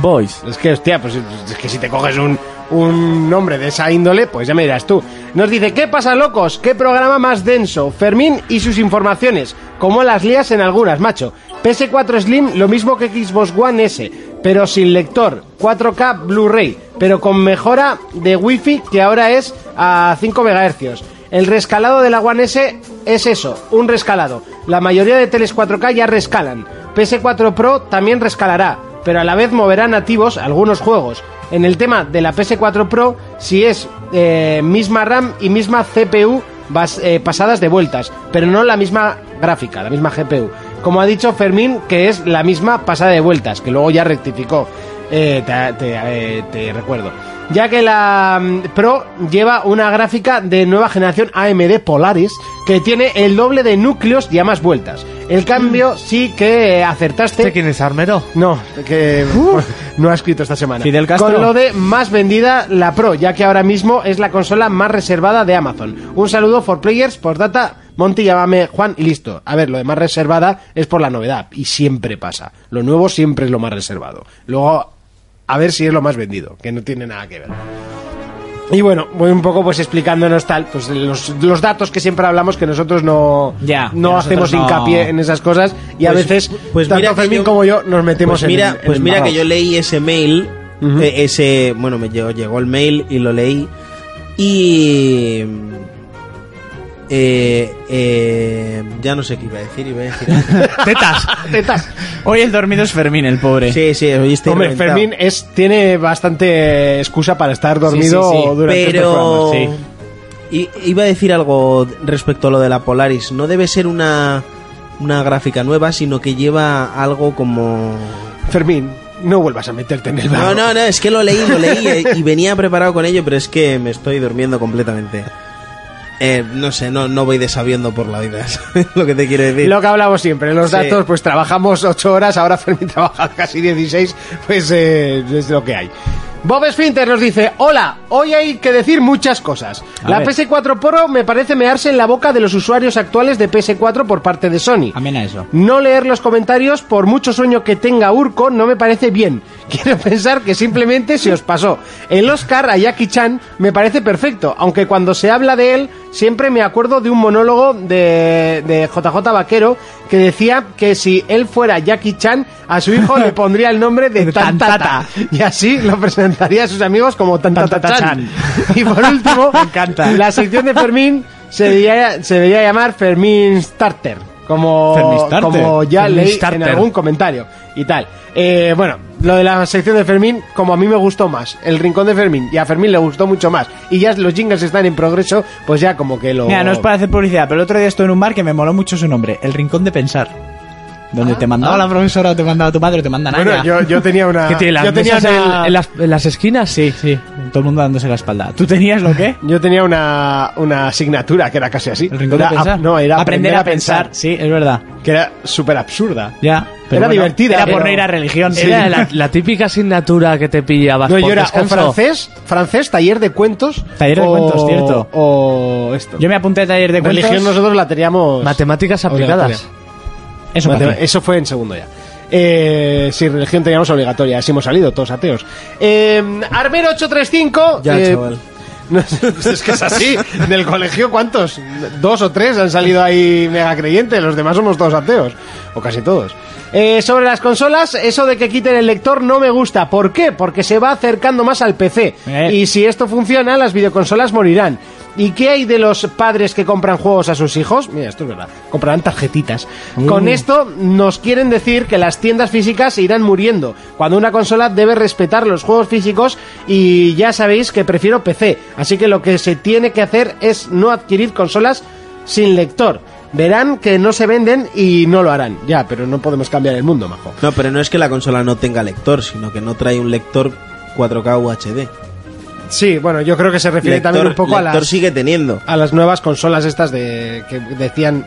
Boys. Es que, hostia, pues es que si te coges un, un nombre de esa índole, pues ya me dirás tú. Nos dice, ¿qué pasa, locos? ¿Qué programa más denso? Fermín y sus informaciones. Como las lías en algunas, macho. PS4 Slim, lo mismo que Xbox One S, pero sin lector. 4K Blu-ray, pero con mejora de Wi-Fi que ahora es a 5 MHz. El rescalado de la One S es eso, un rescalado. La mayoría de teles 4K ya rescalan. PS4 Pro también rescalará pero a la vez moverá nativos algunos juegos. En el tema de la PS4 Pro, si es eh, misma RAM y misma CPU bas- eh, pasadas de vueltas, pero no la misma gráfica, la misma GPU. Como ha dicho Fermín, que es la misma pasada de vueltas, que luego ya rectificó. Eh, te, te- eh, te recuerdo. Ya que la mm, Pro lleva una gráfica de nueva generación AMD Polaris que tiene el doble de núcleos y a más vueltas. El cambio sí que eh, acertaste. ¿Este quién es armero? No, que no ha escrito esta semana. Uh. Fidel Castro. Con lo de más vendida la Pro, ya que ahora mismo es la consola más reservada de Amazon. Un saludo for players, postdata, Monty, llámame Juan y listo. A ver, lo de más reservada es por la novedad y siempre pasa. Lo nuevo siempre es lo más reservado. Luego, a ver si es lo más vendido, que no tiene nada que ver. Y bueno, voy un poco pues explicándonos tal, pues los, los datos que siempre hablamos que nosotros no, Ya, que no nosotros hacemos no- hincapié en esas cosas y a Pues- veces pues tanto mira que Fermín yo- como yo nos metemos Pues mira, en en pues mira que yo embarrados. leí ese mail, eh, ese, bueno, me llegó, llegó el mail y lo leí y eh, eh, ya no sé qué iba a decir, iba a decir. algo. ¡Tetas! Tetas. Hoy el dormido es Fermín, el pobre. sí, sí, hoy estoy Hombre, reventado. Fermín es, tiene bastante excusa para estar dormido Sí, sí, sí. durante estos pero programas, sí. I- iba a decir algo respecto a lo de la Polaris. No debe ser una una gráfica nueva, sino que lleva algo como... Fermín, no vuelvas a meterte en el barro. No, no, no, es que lo leí, lo leí eh, y venía preparado con ello, pero es que me estoy durmiendo completamente. Eh, no sé, no, no voy desabiendo por la vida, ¿sabes lo que te quiero decir? Lo que hablamos siempre, los Sí. datos, pues trabajamos 8 horas, ahora Fermín trabaja casi 16, pues eh, es lo que hay. Bob Sfinter nos dice, hola, hoy hay que decir muchas cosas. A la ver. PS4 Pro me parece mearse en la boca de los usuarios actuales de PS4 por parte de Sony. Amén a eso. No leer los comentarios, por mucho sueño que tenga Urco, no me parece bien. Quiero pensar que simplemente se os pasó. El Oscar a Jackie Chan me parece perfecto, aunque cuando se habla de él, siempre me acuerdo de un monólogo de, de JJ Vaquero que decía que si él fuera Jackie Chan, a su hijo le pondría el nombre de Tantata. Tantata. Y así lo presentaría a sus amigos como Tantata Tantata Chan. Chan. Y por último, Me encanta. la sección de Fermín se debería, se debería llamar Fermín Starter. Como, Fermín Starter. como ya Fermín leí Starter. en algún comentario y tal. Eh, bueno, lo de la sección de Fermín, como a mí me gustó más, el rincón de Fermín, y a Fermín le gustó mucho más, y ya los jingles están en progreso, pues ya como que lo... Mira, no es para hacer publicidad, pero el otro día estuve en un bar que me moló mucho su nombre, El Rincón de Pensar. Donde te mandaba la profesora, o te mandaba tu madre, o te mandan Bueno, allá. yo, yo tenía una... ¿Qué tiene las yo tenía mesas en, una- en las, en las esquinas? Sí, sí, todo el mundo dándose la espalda. ¿Tú tenías lo que? Yo tenía una, una asignatura que era casi así. El Rincón Era de ap- Pensar. no, era aprender, a pensar. Sí, es verdad. Que era súper absurda. Ya. Era divertida, Era por pero- no ir a religión. Era la, la típica asignatura que te pillabas No, por yo era o descanso. francés, francés, taller de cuentos. Taller de o- cuentos, cierto. O esto. Yo me apunté a taller de cuentos. Religión nosotros la teníamos... Matemáticas aplicadas. obligatoria. Eso para Matem- ti. Eso fue en segundo ya. Eh, sí, religión teníamos obligatoria, así hemos salido, todos ateos. Eh, Armero835... Ya, eh, chaval. no, es que es así. Del colegio, ¿cuántos? Dos o tres han salido ahí mega creyentes. Los demás somos todos ateos. O casi todos. Eh, sobre las consolas, eso de que quiten el lector no me gusta. ¿Por qué? Porque se va acercando más al PC. Eh. Y si esto funciona, las videoconsolas morirán. ¿Y qué hay de los padres que compran juegos a sus hijos? Mira, esto es verdad. Comprarán tarjetitas. Con esto nos quieren decir que las tiendas físicas se irán muriendo, cuando una consola debe respetar los juegos físicos y ya sabéis que prefiero PC. Así que lo que se tiene que hacer es no adquirir consolas sin lector. Verán que no se venden y no lo harán. Ya, pero no podemos cambiar el mundo, majo. No, pero no es que la consola no tenga lector, sino que no trae un lector 4K UHD. Sí, bueno, yo creo que se refiere también un poco a lector las... sigue teniendo. a las nuevas consolas estas de que decían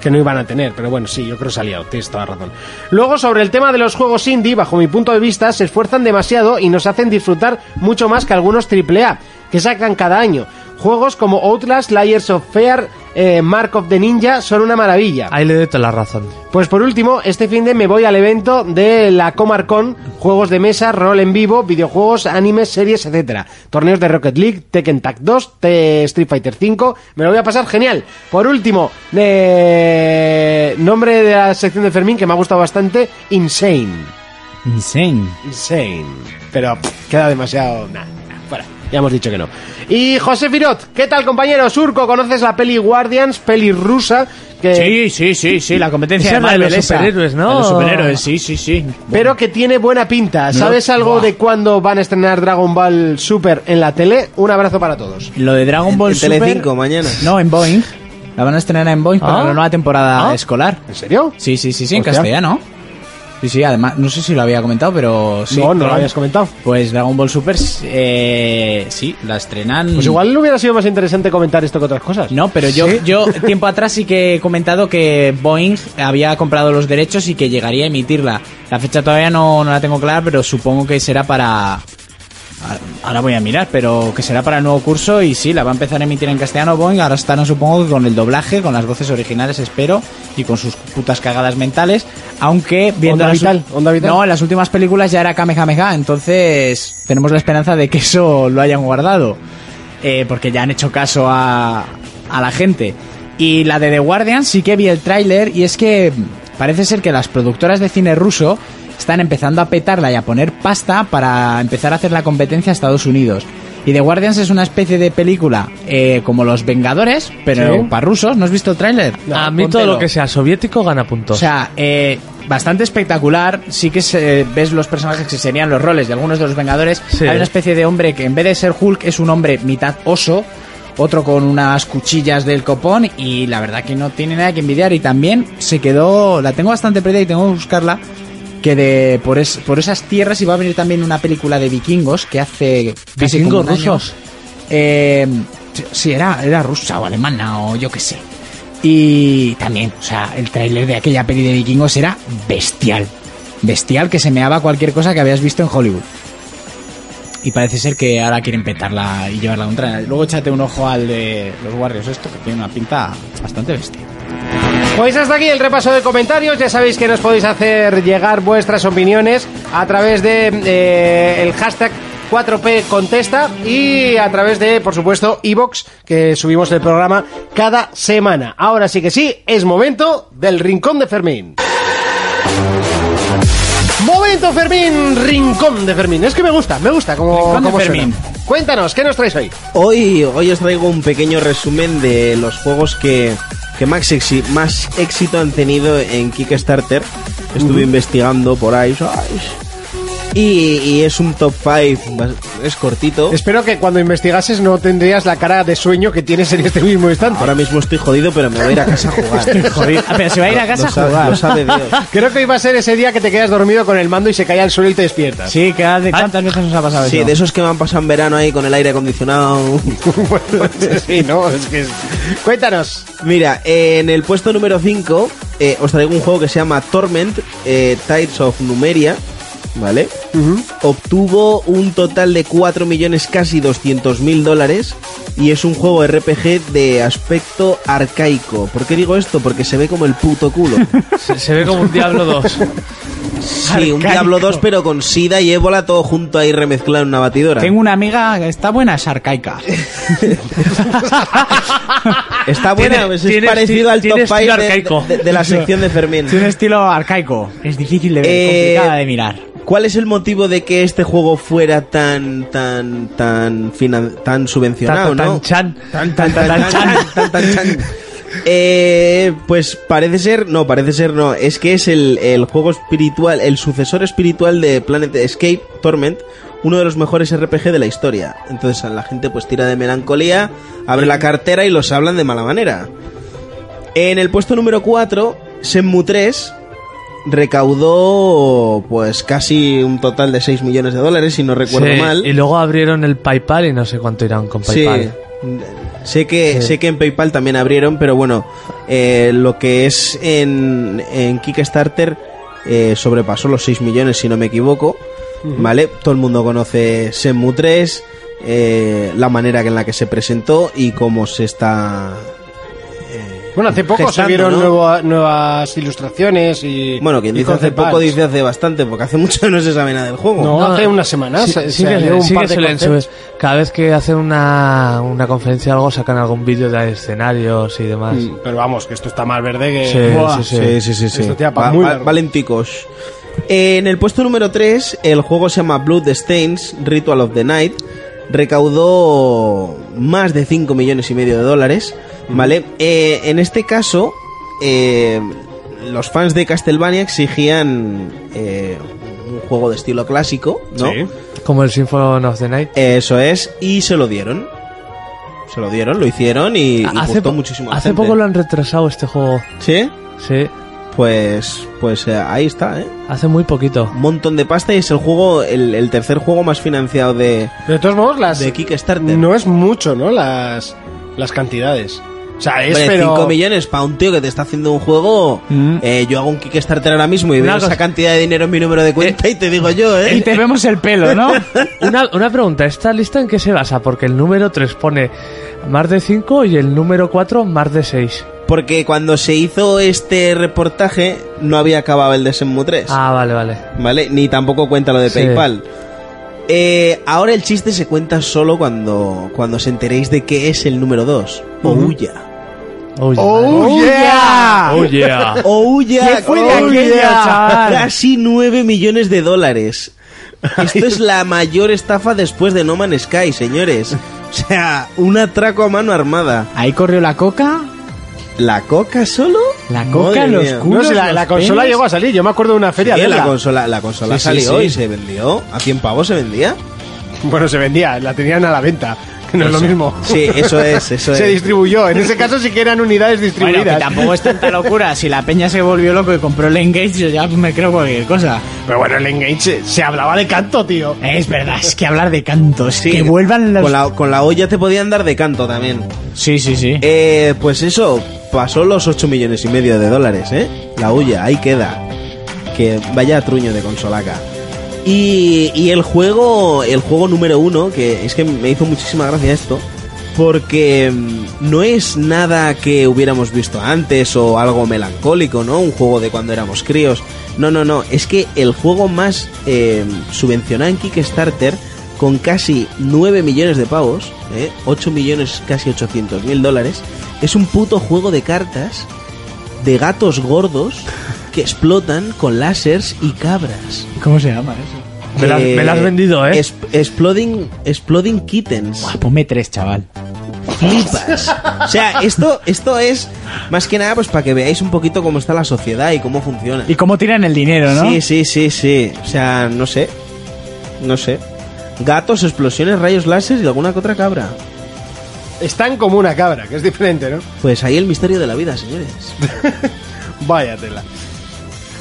que no iban a tener, pero bueno, sí, yo creo que se ha liado, tienes toda razón. Luego, sobre el tema de los juegos indie, bajo mi punto de vista, se esfuerzan demasiado y nos hacen disfrutar mucho más que algunos AAA, que sacan cada año. Juegos como Outlast, Layers of Fear, eh, Mark of the Ninja son una maravilla. Ahí le doy toda la razón. Pues por último, este fin de me voy al evento de la Comarcon, juegos de mesa, rol en vivo, videojuegos, animes, series, etcétera. Torneos de Rocket League, Tekken Tag 2, T- Street Fighter 5, me lo voy a pasar genial. Por último, eh, nombre de la sección de Fermín que me ha gustado bastante, Insane. Insane. Insane. Pero pff, queda demasiado. Nah, nah, fuera. Ya hemos dicho que no. Y José Firot, ¿qué tal compañero? Surco, ¿conoces la peli Guardians, peli rusa? Que Sí, sí, sí, sí, la competencia de Esa es la de Marvel, los esa. superhéroes, ¿no? De los superhéroes, sí, sí, sí. Pero que tiene buena pinta. ¿Sabes algo Buah. de cuándo van a estrenar Dragon Ball Super en la tele? Un abrazo para todos. Lo de Dragon En- Ball en Super... Telecinco, mañana. No, en Boeing. La van a estrenar en Boeing para Ah. la nueva temporada Ah. escolar. ¿En serio? Sí, sí, sí, sí, en Hostia. castellano. Sí, sí, además, no sé si lo había comentado, pero sí. no, no lo Dragon- habías comentado. Pues Dragon Ball Super, eh, sí, la estrenan... Pues igual no hubiera sido más interesante comentar esto que otras cosas. No, pero yo, yo tiempo atrás sí que he comentado que Boeing había comprado los derechos y que llegaría a emitirla. La fecha todavía no, no la tengo clara, pero supongo que será para... Ahora voy a mirar, pero que será para el nuevo curso y sí, la va a empezar a emitir en castellano Boeing. Ahora estarán supongo que con el doblaje, con las voces originales espero y con sus putas cagadas mentales. Aunque viendo Onda las- Vital, Onda Vital. No, en las últimas películas ya era Kamehameha, entonces tenemos la esperanza de que eso lo hayan guardado. Eh, porque ya han hecho caso a, a la gente. Y la de The Guardian sí que vi el tráiler y es que parece ser que las productoras de cine ruso están empezando a petarla y a poner pasta para empezar a hacer la competencia a Estados Unidos. Y The Guardians es una especie de película eh, como Los Vengadores, pero Sí. para rusos. ¿No has visto el tráiler? a mí todo lo que sea soviético gana puntos. O sea, eh, bastante espectacular. Sí que se, eh, ves los personajes que serían los roles de algunos de los Vengadores. Sí. Hay una especie de hombre que en vez de ser Hulk es un hombre mitad oso. otro con unas cuchillas del copón y la verdad que no tiene nada que envidiar y también se quedó, la tengo bastante perdida y tengo que buscarla, que de por, es- por esas tierras iba a venir también una película de vikingos que hace... casi como ¿Vikingos un año. rusos? Eh, sí, era, era rusa o alemana o yo qué sé. Y también, o sea, el tráiler de aquella peli de vikingos era bestial. Bestial que se meaba cualquier cosa que habías visto en Hollywood. Y parece ser que ahora quieren petarla y llevarla contra. Luego échate un ojo al de los Warriors, esto, que tiene una pinta bastante bestia. Pues hasta aquí el repaso de comentarios. Ya sabéis que nos podéis hacer llegar vuestras opiniones a través de eh, el hashtag 4P Contesta y a través de, por supuesto, iBox que subimos el programa cada semana. Ahora sí que sí, es momento del Rincón de Fermín. Momento Fermín, Rincón de Fermín. Es que me gusta, me gusta como, Rincón de como suena. Fermín. Cuéntanos, ¿qué nos traes hoy? Hoy, hoy os traigo un pequeño resumen de los juegos que, que más, exi- más éxito han tenido en Kickstarter. Estuve investigando por ahí. ay, Y, y es un top 5, es cortito. Espero que cuando investigases no tendrías la cara de sueño que tienes en este mismo instante. Ahora mismo estoy jodido, pero me voy a ir a casa a jugar. Ah, pero se va a ir a casa Lo a sabe- jugar. Lo sabe Dios. Creo que iba a ser ese día que te quedas dormido con el mando y se cae al suelo y te despiertas. Sí, cada de- ¿cuántas Ah. veces nos ha pasado Sí, eso? de esos que me han pasado en verano ahí con el aire acondicionado. sí, no, es que es- Cuéntanos. Mira, eh, en el puesto número 5 os traigo un juego que se llama Torment, eh, Tides of Numeria, ¿vale? Obtuvo un total de 4 millones casi 200 mil dólares y es un juego RPG de aspecto arcaico. ¿Por qué digo esto? Porque se ve como el puto culo. Se, se ve como un Diablo 2. sí, un Diablo 2 pero con sida y ébola todo junto ahí remezclado en una batidora. Tengo una amiga, que está buena, es arcaica. Está bueno, Tiene- es tiene parecido esti- al top tiene 5 estilo de, arcaico. de- de la sección de Fermín. Tiene un estilo arcaico. Es difícil de ver, Eh, complicada de mirar. ¿Cuál es el motivo de que este juego fuera tan tan tan finan- tan subvencionado, Tan- tan- no? tan chan. tan tan tan tan tan, tan, chan. Eh, pues parece ser, no, parece ser no, es que es el, el juego espiritual, el sucesor espiritual de Planet Escape Torment, uno de los mejores RPG de la historia. Entonces a la gente pues tira de melancolía, abre la cartera y los hablan de mala manera. En el puesto número 4, Senmu 3 recaudó pues casi un total de 6 millones de dólares, si no recuerdo Sí, mal. Y luego abrieron el PayPal y no sé cuánto irán con Sí. PayPal. Sé que, sé que en PayPal también abrieron, pero bueno, eh, lo que es en, en Kickstarter eh, sobrepasó los 6 millones, si no me equivoco. ¿Vale? Todo el mundo conoce Shenmue 3, eh, la manera en la que se presentó y cómo se está. Bueno, hace poco se Gestando, vieron ¿no? nueva- nuevas ilustraciones y. Bueno, quien y dice hace concept poco arts. dice hace bastante, porque hace mucho no se sabe nada del juego. No, No, hace unas semanas. Sí, se- sí se que, salió un sí que par de suelen concepts. subir. Cada vez que hacen una, una conferencia o algo, sacan algún vídeo de escenarios y demás. Mm, Pero vamos, que esto está más verde que. Sí, Buah. sí, Sí, sí, sí. sí. Esto tira pa' Va- muy va- largo. valenticos. Eh, en el puesto número 3, el juego se llama Bloodstains, Ritual of the Night. Recaudó más de 5 millones y medio de dólares. ¿Vale? Eh, en este caso, eh, los fans de Castlevania exigían eh, un juego de estilo clásico, ¿no? Sí. Como el Symphony of the Night. Eso es, y se lo dieron. Se lo dieron, lo hicieron y, y gustó po- muchísimo. a la hace gente. poco lo han retrasado este juego. ¿Sí? Sí, Pues, pues eh, ahí está, ¿eh? hace muy poquito. un montón de pasta y es el juego, el, el tercer juego más financiado de, De todos modos, las. de Kickstarter. No es mucho, ¿no? Las. Las cantidades. O sea, es Hombre, pero. 5 millones para un tío que te está haciendo un juego. eh, yo hago un Kickstarter ahora mismo y veo Una esa cosa- cantidad de dinero en mi número de cuenta y te digo yo, ¿eh? Y te vemos el pelo, ¿no? Una, una pregunta, ¿esta lista en qué se basa? Porque el número 3 pone más de 5 y el número 4 más de 6. Porque cuando se hizo este reportaje no había acabado el de Shenmue 3. Ah, vale, vale. ¿Vale? Ni tampoco cuenta lo de Sí. PayPal. Eh, ahora el chiste se cuenta solo cuando, cuando se enteréis de qué es el número 2. Ouya. Uy, madre. ¡Oh, yeah! Oh, yeah. Ouya. ¿Qué fue de aquello, chaval? Casi 9 millones de dólares. Esto es la mayor estafa después de No Man's Sky, señores. O sea, un atraco a mano armada. Ahí corrió la coca. ¿La coca solo? La coca, Madre los mía. cu- No sé, la, Los la consola penes. llegó a salir. Yo me acuerdo de una feria Sí, de la consola, la Sí, consola sí, salió sí. y se vendió. ¿A 100 pavos se vendía? Bueno, se vendía, la tenían a la venta. no es lo mismo. Pues Sí, eso es, eso Se es. distribuyó. En ese caso sí que eran unidades Bueno, distribuidas. que tampoco es tanta locura. Si la peña se volvió loco y compró el Engage, yo ya me creo cualquier cosa. Pero bueno, el Engage se- se hablaba de canto, tío. Es verdad, es que hablar de cantos. Sí, que vuelvan los... Con la, con la olla te podían dar de canto también. Sí, sí, sí. Eh, pues eso, pasó los 8 millones y medio de dólares, ¿eh? La olla, ahí queda. Que vaya truño de consolaca. Y, y el juego, el juego número uno, que es que me hizo muchísima gracia esto, porque mm, no es nada que hubiéramos visto antes o algo melancólico, ¿no? Un juego de cuando éramos críos. No, no, no, es que el juego más eh, subvencionado en Kickstarter, con casi 9 millones de pavos, ¿eh? 8 millones, casi 800 mil dólares, es un puto juego de cartas de gatos gordos que explotan con lásers y cabras. ¿Cómo se llama eh? eso? Me la- me la has vendido, ¿eh? es- exploding, exploding Kittens. Buah, ponme tres, chaval. Flipas. O sea, esto, esto es más que nada pues para que veáis un poquito cómo está la sociedad y cómo funciona. Y cómo tiran el dinero, ¿no? Sí, sí, sí, sí. O sea, no sé. No sé. Gatos, explosiones, rayos láser y alguna que otra cabra. Es tan como una cabra, que es diferente, ¿no? Pues ahí el misterio de la vida, señores. Vaya tela.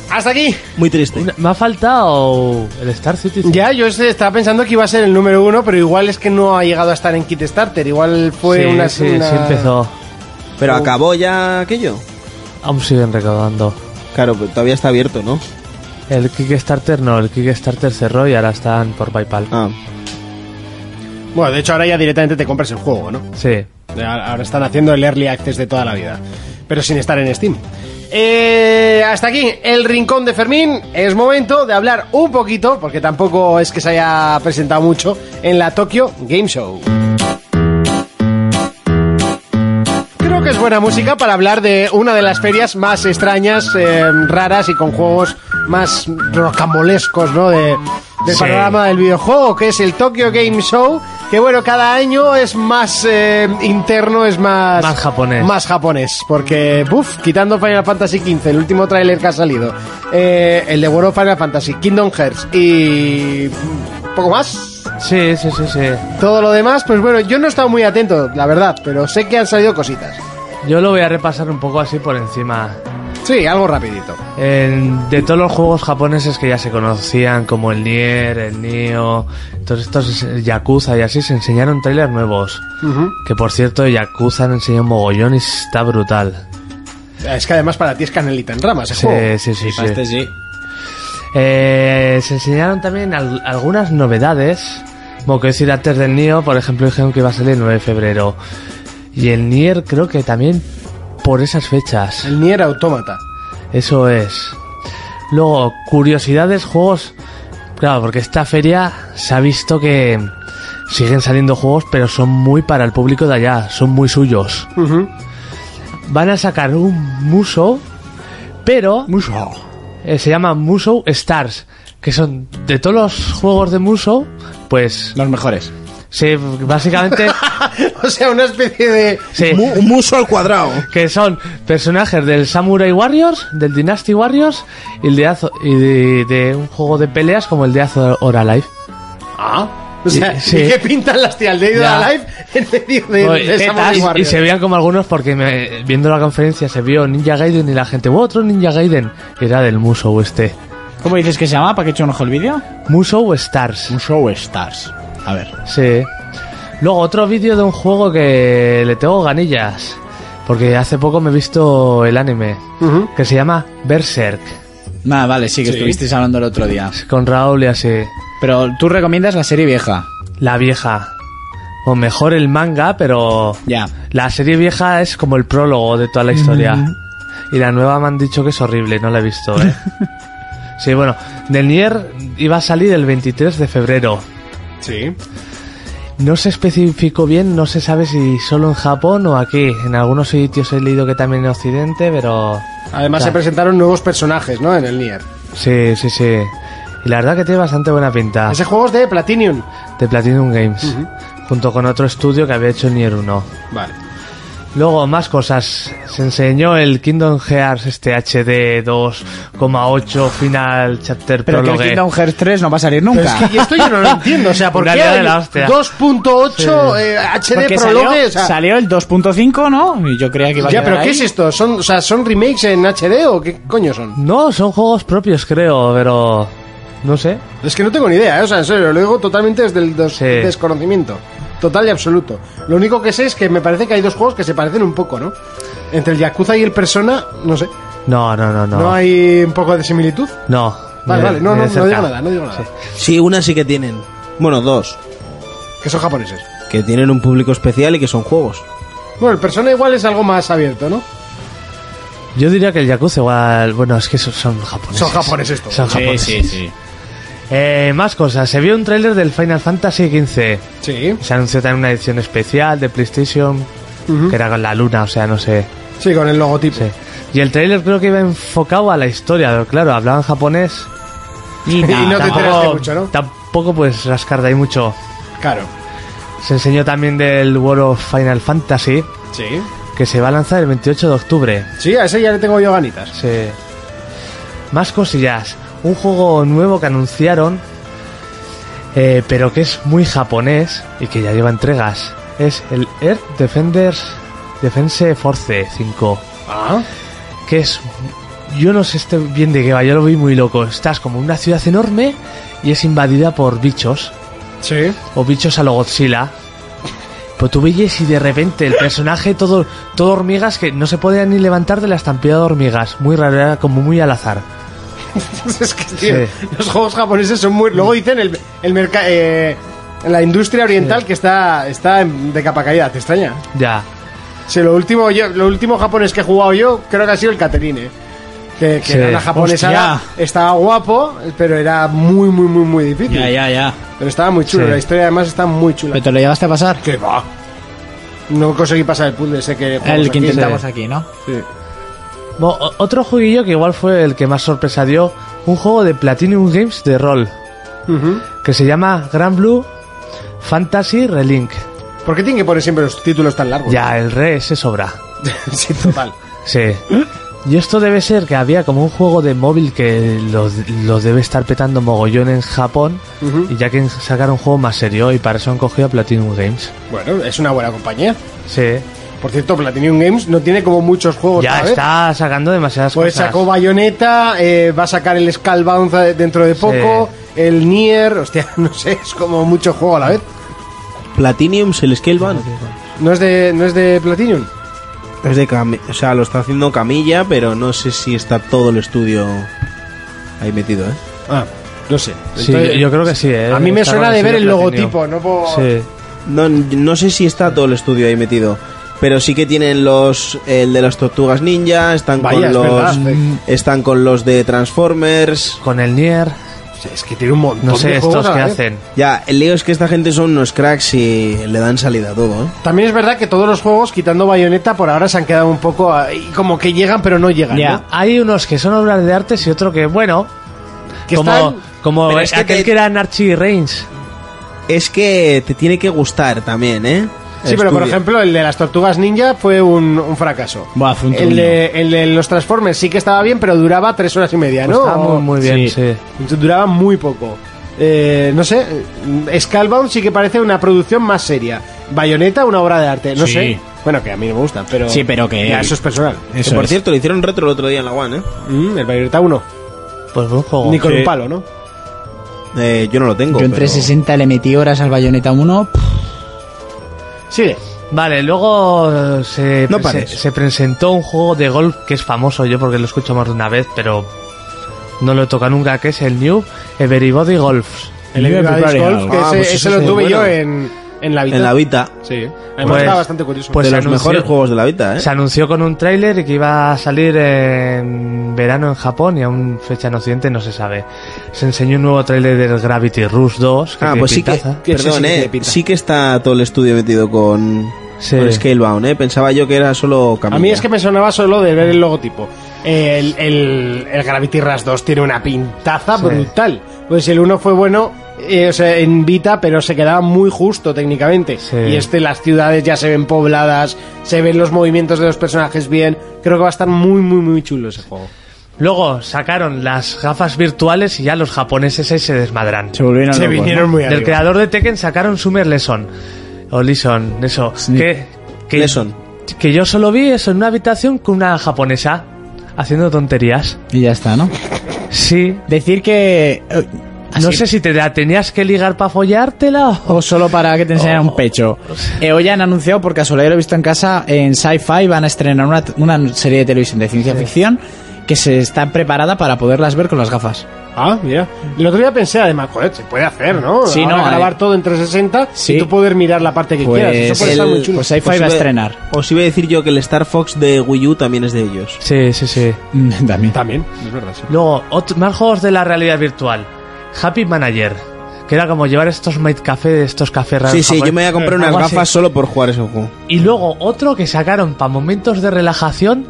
Hasta aquí. Muy triste. Una- Pues Me ha faltado el Star Citizen. Ya, yo este- estaba pensando que iba a ser el número uno, pero igual es que no ha llegado a estar en Kickstarter. Igual fue sí, una, sí, una- sí empezó. Pero acabó ya aquello. Aún siguen recaudando. Claro, pero todavía está abierto, ¿no? El Kickstarter no, el Kickstarter cerró y ahora están por PayPal. Ah. Bueno, de hecho ahora ya directamente te compras el juego, ¿no? Sí. Ahora ahora están haciendo el early access de toda la vida, pero sin estar en Steam. Eh, hasta aquí el rincón de Fermín. Es momento de hablar un poquito, porque tampoco es que se haya presentado mucho, en la Tokyo Game Show. Creo que es buena música para hablar de una de las ferias más extrañas, eh, raras y con juegos más rocambolescos, ¿no? De, del Sí. panorama del videojuego, que es el Tokyo Game Show, que bueno, cada año es más eh, interno, es más... Más japonés. Más japonés, porque, buf, quitando Final Fantasy XV, el último tráiler que ha salido, eh, el de World of Final Fantasy, Kingdom Hearts y... poco más, Sí, sí, sí, sí. todo lo demás, pues bueno, yo no he estado muy atento, la verdad, pero sé que han salido cositas. Yo lo voy a repasar un poco así por encima. Sí, algo rapidito. En- de todos los juegos japoneses que ya se conocían, como el Nier, el Nio, todos estos eh, Yakuza y así, se enseñaron trailers nuevos. Que por cierto, Yakuza han enseñado un mogollón y está brutal. Es que además para ti es canelita en ramas, ese Sí, juego. sí, sí. sí. sí. Eh, se enseñaron también al- algunas novedades. Como que decir antes del Nio, por ejemplo, dijeron que iba a salir el 9 de febrero. Y el Nier creo que también por esas fechas. El Nier Automata. Eso es. Luego, curiosidades, juegos. Claro, porque esta feria se ha visto que siguen saliendo juegos, pero son muy para el público de allá, son muy suyos. Van a sacar un Musou, pero eh, se llama Musou Stars, que son de todos los juegos de Musou, pues Los mejores. sí, básicamente O sea, una especie de... sí, Un muso al cuadrado. que son personajes del Samurai Warriors, del Dynasty Warriors y, el de, Azo- y de, de un juego de peleas como el de Azo Or Alive. Ah. O sea, Sí. ¿y qué pintan las tías de Ida Ya. Live en medio de, Oye, de Samurai tetas, y Warriors? se veían como algunos porque me- viendo la conferencia se vio Ninja Gaiden y la gente, "Buah, otro Ninja Gaiden. Era del Musou este. ¿Cómo dices que se llama? ¿Para que eche un ojo el vídeo? Musou Stars. Un show stars. A ver. Sí. Luego otro vídeo de un juego que le tengo ganillas. Porque hace poco me he visto el anime. Que se llama Berserk. Nada, vale, sí, que estuvisteis hablando el otro día. Con Raúl y así. Pero tú recomiendas la serie vieja. La vieja. O mejor el manga, pero... Ya. La serie vieja es como el prólogo de toda la historia. Y la nueva me han dicho que es horrible, no la he visto, ¿eh? sí, bueno, del Nier iba a salir el 23 de febrero. Sí. No se especificó bien, no se sabe si solo en Japón o aquí. En algunos sitios he leído que también en Occidente, pero... Además se Claro. presentaron nuevos personajes, ¿no? En el Nier. Sí, sí, sí. Y la verdad que tiene bastante buena pinta. Ese juego es de Platinum. De Platinum Games. Junto con otro estudio que había hecho el Nier 1. Vale. Luego, más cosas. Se enseñó el Kingdom Hearts este HD 2,8 Final Chapter Pero que el Prologue. Kingdom Hearts 3 no va a salir nunca. Y esto yo no lo entiendo, o sea, ¿por qué Una liada de hay la hostia. 2.8 eh, HD Porque prologue? salió, O sea, salió el 2.5, ¿no? Y yo creía que iba a ya, quedar pero ¿qué ahí. es esto? ¿Son, o sea, ¿Son remakes en HD o qué coño son? No, son juegos propios, creo, pero. No sé. Es que no tengo ni idea, ¿eh? o sea, en serio, lo digo totalmente desde el dos- Sí. desconocimiento. Total y absoluto. Lo único que sé es que me parece que hay dos juegos que se parecen un poco, ¿no? Entre el Yakuza y el Persona, no sé. No, no, no, no. ¿No, hay un poco de similitud? No. Vale, ni de- vale, no, no, ni de no cerca. digo nada, no digo nada. Sí, una sí que tienen. Bueno, dos. Que son japoneses. Que tienen un público especial y que son juegos. Bueno, el Persona igual es algo más abierto, ¿no? Yo diría que el Yakuza igual. Bueno, es que son, son japoneses. Son japoneses todos. Son Sí, japoneses. sí, sí. Eh, más cosas. Se vio un tráiler del Final Fantasy XV. Sí. Se anunció también una edición especial de PlayStation. Ujú. Que era con la luna, o sea, no sé. Sí, con el logotipo. Sí. Y el tráiler creo que iba enfocado a la historia, pero claro, hablaban japonés. Y Y no nada. te enteraste Tampoco, mucho, ¿no? tampoco puedes rascar de ahí mucho. Claro. Se enseñó también del World of Final Fantasy, Sí. que se va a lanzar el 28 de octubre. Sí, a ese ya le tengo yo ganitas. Sí. Más cosillas. Un juego nuevo que anunciaron, eh, pero que es muy japonés y que ya lleva entregas. Es el Earth Defenders Defense Force 5. Ah. que es yo no sé este bien de qué va, yo lo vi muy loco. Estás como en una ciudad enorme y es invadida por bichos Sí. o bichos a lo Godzilla. Pero tú veías y de repente el personaje todo todo hormigas que no se podía ni levantar de la estampida de hormigas, muy raro, era como muy al azar. es que, tío, Sí. los juegos japoneses son muy... Luego dicen el, el merca- eh, la industria oriental que está, está en- de capa caída. ¿Te extraña? Ya. Sí, lo último, yo, lo último japonés que he jugado yo creo que ha sido el Caterine. Que, que Sí. era una japonesa, Hostia. estaba guapo, pero era muy, muy, muy, muy difícil. Ya, ya, ya. Pero estaba muy chulo, Sí. la historia además está muy chula. ¿Pero te lo llevaste a pasar? ¿Qué va? No conseguí pasar el puzzle ese que jugamos El que aquí. intentamos aquí, ¿no? Sí. Bo- o- otro jueguillo que igual fue el que más sorpresa dio, un juego de Platinum Games de rol Ujú. que se llama Grand Blue Fantasy Relink. ¿Por qué tienen que poner siempre los títulos tan largos? Ya, el re se sobra. sí, total. Sí. Y esto debe ser que había como un juego de móvil que lo, lo debe estar petando mogollón en Japón. Ujú. Y ya que sacar un juego más serio y para eso han cogido a Platinum Games. Bueno, es una buena compañía. Sí. Por cierto, Platinum Games no tiene como muchos juegos. ya a la vez. está sacando demasiadas Pues cosas. sacó Bayonetta, eh, va a sacar el Skullbound dentro de poco, el Nier, hostia, no sé, es como mucho juego a la vez. Platinum, el Scaleband. No es de, no es de Platinum. Es de Cami- O sea, lo está haciendo Camilla, pero no sé si está todo el estudio ahí metido, ¿eh? Ah, no sé. Sí, Entonces, yo creo que sí. ¿eh? a mí me Está suena de reconocido ver el Platinum. logotipo, no por... Sí. No, no sé si está todo el estudio ahí metido. Pero sí que tienen los el de las tortugas ninja, están Vaya, es con los verdad. están con los de Transformers. Con el Nier. Es que tiene un montón No de sé juegos estos a la que vez. hacen. Ya, el lío es que esta gente son unos cracks y le dan salida a todo, ¿eh? También es verdad que todos los juegos, quitando Bayonetta, por ahora se han quedado un poco ahí, como que llegan pero no llegan, Ya. ¿no? Hay unos que son obras de arte y otro que, bueno. Que como están- como Pero es que aquel te- que era Archie Reigns. Es que te tiene que gustar también, ¿eh? Sí, El pero por estudio. ejemplo el de las tortugas ninja fue un, un fracaso. Buah, fue un el, de, el de los Transformers sí que estaba bien, pero duraba tres horas y media, Pues ¿no? Pues Está O- muy, muy bien, Sí. sí. Duraba muy poco. Eh, no sé, Scalbound sí que parece una producción más seria. Bayonetta, una obra de arte, no Sí. sé. Bueno, que a mí no me gusta, pero. Sí, pero que- Ya, eso es personal. Que, por cierto, le hicieron retro el otro día en la One, ¿eh? Mm, el Bayonetta 1. Pues buen Oh, juego. Ni con un palo, ¿no? Eh, yo no lo tengo. Yo en pero- 360 le metí horas al Bayonetta 1. pff, Sigue. Vale, luego eh, se, No se- pares. se presentó un juego de golf que es famoso yo porque lo escucho más de una vez, pero no lo toca nunca, que es el New Everybody Golf. ¿Eh? El New Everybody's Everybody's Golf, Golf. que Ah, ese, pues ese ese lo es tuve muy yo bueno. en, en la vida. En la Vita. Sí. Además Pues- estaba bastante curioso. pues de los anunció- mejores juegos de la Vita, ¿eh? Se anunció con un tráiler y que iba a salir en verano en Japón y aún fecha en Occidente no se sabe. Se enseñó un nuevo tráiler del Gravity Rush 2. Que Ah, tiene pues sí que, pintaza. Que ese sí perdón, que tiene eh, pinta. sí que está todo el estudio metido con, Sí. con Scalebound, eh. Pensaba yo que era solo Camilla. A mí es que me sonaba solo de ver el logotipo. El, el- el Gravity Rush 2 tiene una pintaza Sí. brutal. Pues si el 1 fue bueno, eh, o sea, en Vita, pero se quedaba muy justo técnicamente. Sí. Y este, las ciudades ya se ven pobladas, se ven los movimientos de los personajes bien. Creo que va a estar muy, muy, muy chulo ese juego. Luego sacaron las gafas virtuales y ya los japoneses ahí se desmadran. Se volvieron Se locos, ¿no? vinieron muy Del arriba. creador de Tekken sacaron Summer Lesson. O Lison, eso. Que, que, Lesson. que yo solo vi eso en una habitación con una japonesa haciendo tonterías. Y ya está, ¿no? Sí. Decir que... eh, ¿Ah, No así- sé si te la tenías que ligar para follártela o... O solo para que te enseñaran Oh. un pecho. Eh, hoy han anunciado, por casualidad lo he visto en casa, en Sci-Fi van a estrenar una, una serie de televisión de ciencia ficción que se está preparada para poderlas ver con las gafas. Ah, mira. El otro día pensé, además, joder, se puede hacer, ¿no? Sí, Ahora no, grabar eh. todo en 360 Sí. y tú poder mirar la parte que quieras. Eso Pues, puede estar el- muy chulo. pues Sci-Fi Os va a iba- estrenar. Os iba a decir yo que el Star Fox de Wii U también es de ellos. Sí, sí, sí. Mm, También. También, es verdad. sí. Luego, ot- más juegos de la realidad virtual. Happy Manager. Que era como llevar estos Made Café, estos cafés raros. Sí, sí, yo japoneses. Eh, me voy a Eh, comprar unas Algo así. gafas solo por jugar ese juego. Y luego otro que sacaron para momentos de relajación,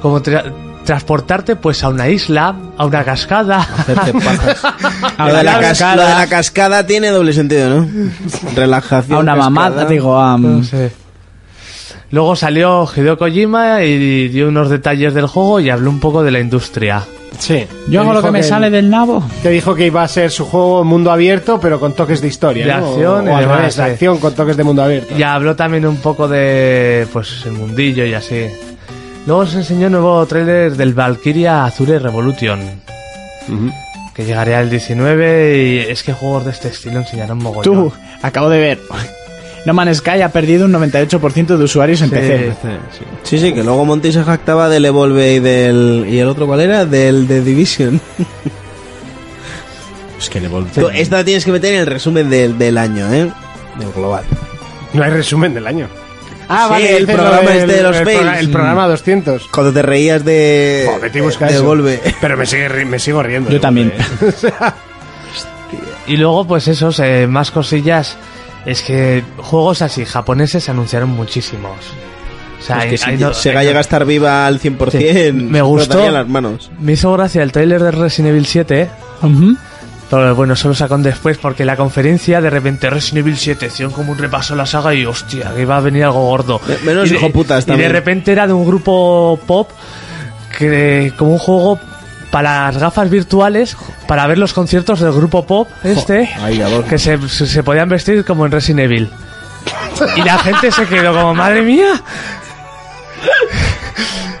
como tra- transportarte pues a una isla, a una cascada. A lo, de una la cas- cascada, lo de la cascada tiene doble sentido, ¿no? Relajación. a una cascada. Pues, mamada, digo, a... mm. No sé. Luego salió Hideo Kojima y dio unos detalles del juego y habló un poco de la industria. Sí. Yo hago lo Dijo que me sale del nabo. Te dijo que iba a ser su juego mundo abierto, pero con toques de historia. De ¿no? acción o, y al demás, revés, de sí. acción con toques de mundo abierto. Y habló también un poco de pues el mundillo y así. Luego se enseñó un nuevo tráiler del Valkyria Azure Revolution. Que llegaría el 19 y es que juegos de este estilo enseñaron mogollón. Tú, acabo de ver. No Man's Sky ha perdido un 98% de usuarios en Sí. PC. Sí, sí, que luego Monty se jactaba del Evolve y del... ¿Y el otro cuál era? Del The Division. Es que le volví. Tú, Esta la tienes que meter en el resumen del, del año, ¿eh? Del global. No hay resumen del año. Ah, Sí, el dices programa lo del- este de los el, mails. progra- el programa 200. Cuando te reías de... Mm. Joder, te busca de eso. Evolve. Pero me, sigue ri- me sigo riendo. Yo también. Y luego, pues esos, eh, más cosillas. Es que juegos así, japoneses, se anunciaron muchísimos. O sea, Es hay- que si hay no- Sega hay no- llega a estar viva al 100%, Sí, me se gustó. frotaría las manos. Me hizo gracia el tráiler de Resident Evil 7, Ujú. pero bueno, eso lo sacan después porque la conferencia de repente Resident Evil 7 hicieron como un repaso a la saga y hostia, que iba a venir algo gordo. Me- menos Y de- hijoputas Y de también. repente era de un grupo pop que como un juego para las gafas virtuales para ver los conciertos del grupo pop este ahí ya dos. que se, se- se podían vestir como en Resident Evil. Y la gente se quedó como, madre mía.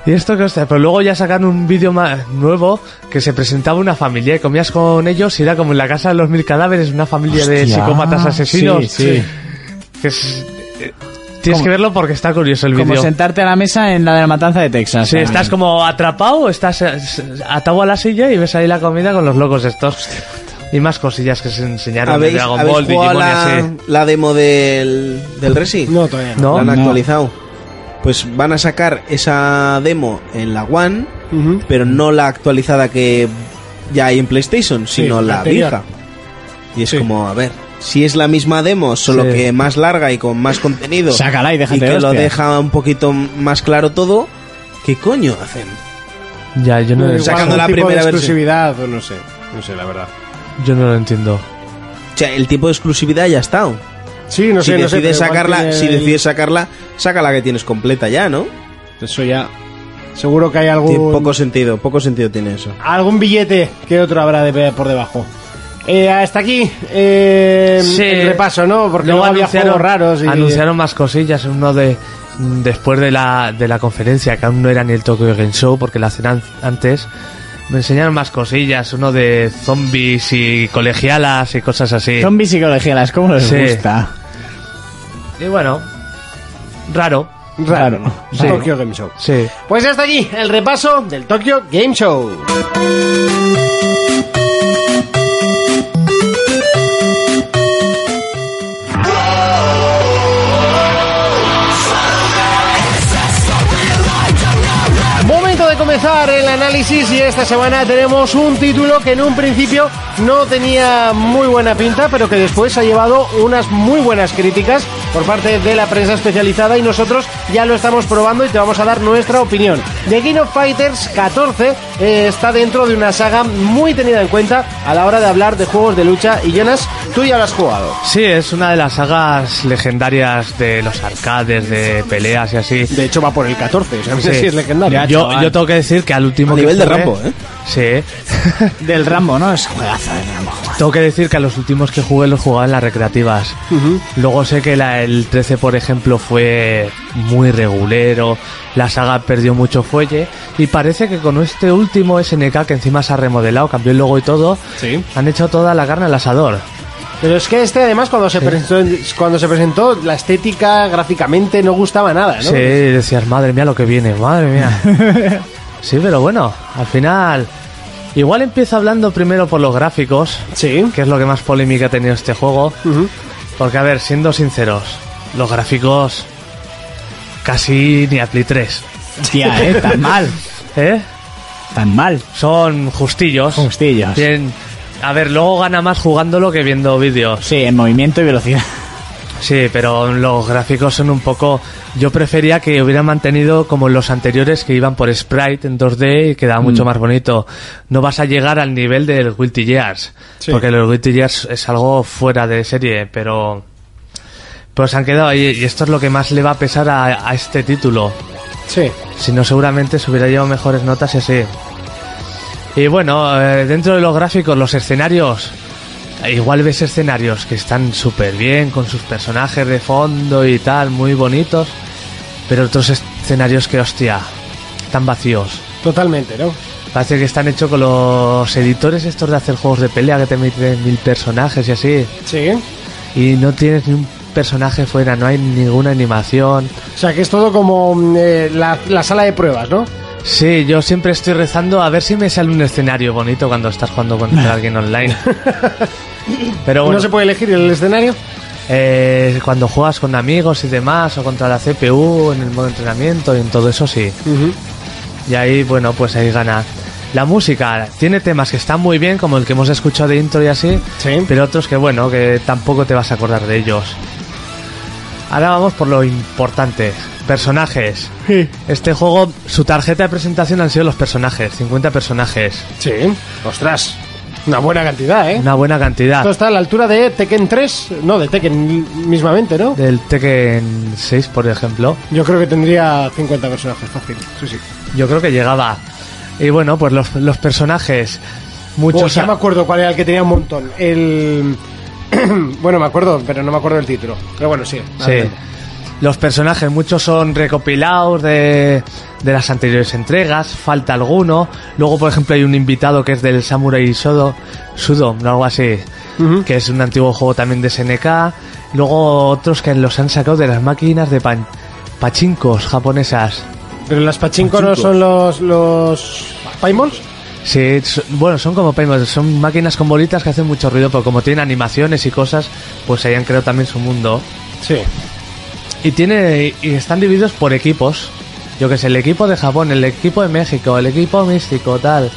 Y esto que hostia, pero luego ya sacaron un vídeo ma- nuevo que se presentaba una familia y comías con ellos y era como en la casa de los mil cadáveres, una familia de Hostia. psicópatas asesinos. Sí, sí. Que es- eh, tienes Como- que verlo porque está curioso el Como vídeo. sentarte a la mesa en la de la matanza de Texas. Ah, Sí, estás como atrapado, estás eh, s- atado a la silla y ves ahí la comida con los locos estos. Y más cosillas que se enseñaron de ¿Habéis, Dragon habéis Ball, jugado Digimon y así. la, la demo del, del Resi? No, todavía no. No, la han no. actualizado. Pues van a sacar esa demo en la One, Ujú. pero no la actualizada que ya hay en PlayStation, sino la la anterior. vieja. Y es Sí. como, a ver, si es la misma demo, solo Sí. que más larga y con más contenido, Sácala y déjate y que de lo hostias. deja un poquito más claro todo, ¿qué coño hacen? Ya, yo no, Igual Sacando algún la tipo primera de versión. exclusividad o no sé. No sé, la verdad. yo no lo entiendo. O sea, el tiempo de exclusividad ya está. Sí, no si sé, no sé. pero decides eh, igual sacarla, tiene si el- decides sacarla, saca la que tienes completa ya, ¿no? Eso ya. Seguro que hay algún. Tiene poco sentido, poco sentido tiene eso. algún billete que otro habrá de por debajo. Eh, hasta aquí eh, Sí. el repaso, ¿no? Porque luego había juegos raros. Y, anunciaron más cosillas. Uno de después de la, de la conferencia, que aún no era ni el Tokyo Game Show, porque la hacen an- antes. Me enseñaron más cosillas, uno de zombies y colegialas y cosas así. Zombies y colegialas, ¿cómo les Sí. gusta? Y bueno, raro. Raro, ¿no? Sí. Tokyo Game Show. Sí. Pues hasta aquí el repaso del Tokyo Game Show. Momento de comenzar el análisis y esta semana tenemos un título que en un principio no tenía muy buena pinta, pero que después ha llevado unas muy buenas críticas por parte de la prensa especializada y nosotros ya lo estamos probando y te vamos a dar nuestra opinión. The King of Fighters 14 eh, está dentro de una saga muy tenida en cuenta a la hora de hablar de juegos de lucha y Jonas, tú ya lo has jugado. Sí, es una de las sagas legendarias de los arcades, de peleas y así. De hecho va por el 14, o sea, no sé Sí. si es legendario. Yo, yo tengo que decir que al último A que nivel de jugué- Rambo, ¿eh? Sí. Del Rambo, ¿no? Es juegazo ¿eh? de Rambo. Tengo que decir que a los últimos que jugué los jugaba en las recreativas. Luego sé que la, el 13, por ejemplo, fue muy regulero. La saga perdió mucho fuelle. Y parece que con este último SNK, que encima se ha remodelado, cambió el logo y todo, Sí. han hecho toda la carne al asador. Pero es que este además cuando se presentó cuando se presentó la estética gráficamente no gustaba nada, ¿no? Sí, decías, madre mía lo que viene, madre mía. sí, pero bueno, al final... Igual empiezo hablando primero por los gráficos, Sí. que es lo que más polémica ha tenido este juego. Ujú. Porque, a ver, siendo sinceros, los gráficos casi ni a Play 3. Tía, ¿eh? Tan mal. ¿Eh? Tan mal. Son justillos. Justillos. Bien. A ver, luego gana más jugándolo que viendo vídeos. Sí, en movimiento y velocidad. Sí, pero los gráficos son un poco... Yo prefería que hubieran mantenido como los anteriores que iban por sprite en 2D y quedaba mucho más bonito. No vas a llegar al nivel del Guilty Gears. Porque los Guilty Gears es algo fuera de serie, pero... Pues han quedado ahí y esto es lo que más le va a pesar a, a este título. Sí. Si no, seguramente se hubiera llevado mejores notas y así. Y bueno, eh, dentro de los gráficos, los escenarios. Igual ves escenarios que están súper bien, con sus personajes de fondo y tal, muy bonitos. Pero otros escenarios que, hostia, están vacíos. Totalmente, ¿no? Parece que están hechos con los editores estos de hacer juegos de pelea que te meten mil personajes y así. Sí. Y no tienes ni un personaje fuera, no hay ninguna animación. O sea, que es todo como mm, eh, la, la sala de pruebas, ¿no? Ah, Sí, yo siempre estoy rezando a ver si me sale un escenario bonito cuando estás jugando contra alguien online. Pero bueno, No se puede elegir el escenario. eh, cuando juegas con amigos y demás, o contra la CPU, en el modo entrenamiento y en todo eso sí. Y ahí, bueno, pues ahí gana. La música tiene temas que están muy bien, como el que hemos escuchado de intro y así, Sí. pero otros que, bueno, que tampoco te vas a acordar de ellos. Ahora vamos por lo importante. Personajes. Este juego, su tarjeta de presentación han sido los personajes, 50 personajes. Sí. Ostras. Una buena cantidad, ¿eh? Una buena Esto cantidad. está a la altura de Tekken 3. No, de Tekken mismamente, ¿no? Del Tekken 6, por ejemplo. Yo creo que tendría 50 personajes fácil. Sí, sí. Yo creo que llegaba. Y bueno, pues los, los personajes. Oh, Muchos. ya me acuerdo cuál era el que tenía un montón. El. bueno, me acuerdo, pero no me acuerdo del título. Pero bueno, sí. Sí. Los personajes, muchos son recopilados de, de las anteriores entregas, falta alguno. Luego, por ejemplo, hay un invitado que es del Samurai Shodo, Sudo, o algo así, que es un antiguo juego también de SNK. Luego otros que los han sacado de las máquinas de pan, pachincos japonesas. Pero las pachinko no son los. los. Paymalls. Sí, so- bueno, son como Paymos, son máquinas con bolitas que hacen mucho ruido, pero como tienen animaciones y cosas, pues se hayan creado también su mundo. Sí. Y tiene y están divididos por equipos. Yo que sé, el equipo de Japón, el equipo de México, el equipo místico, tal.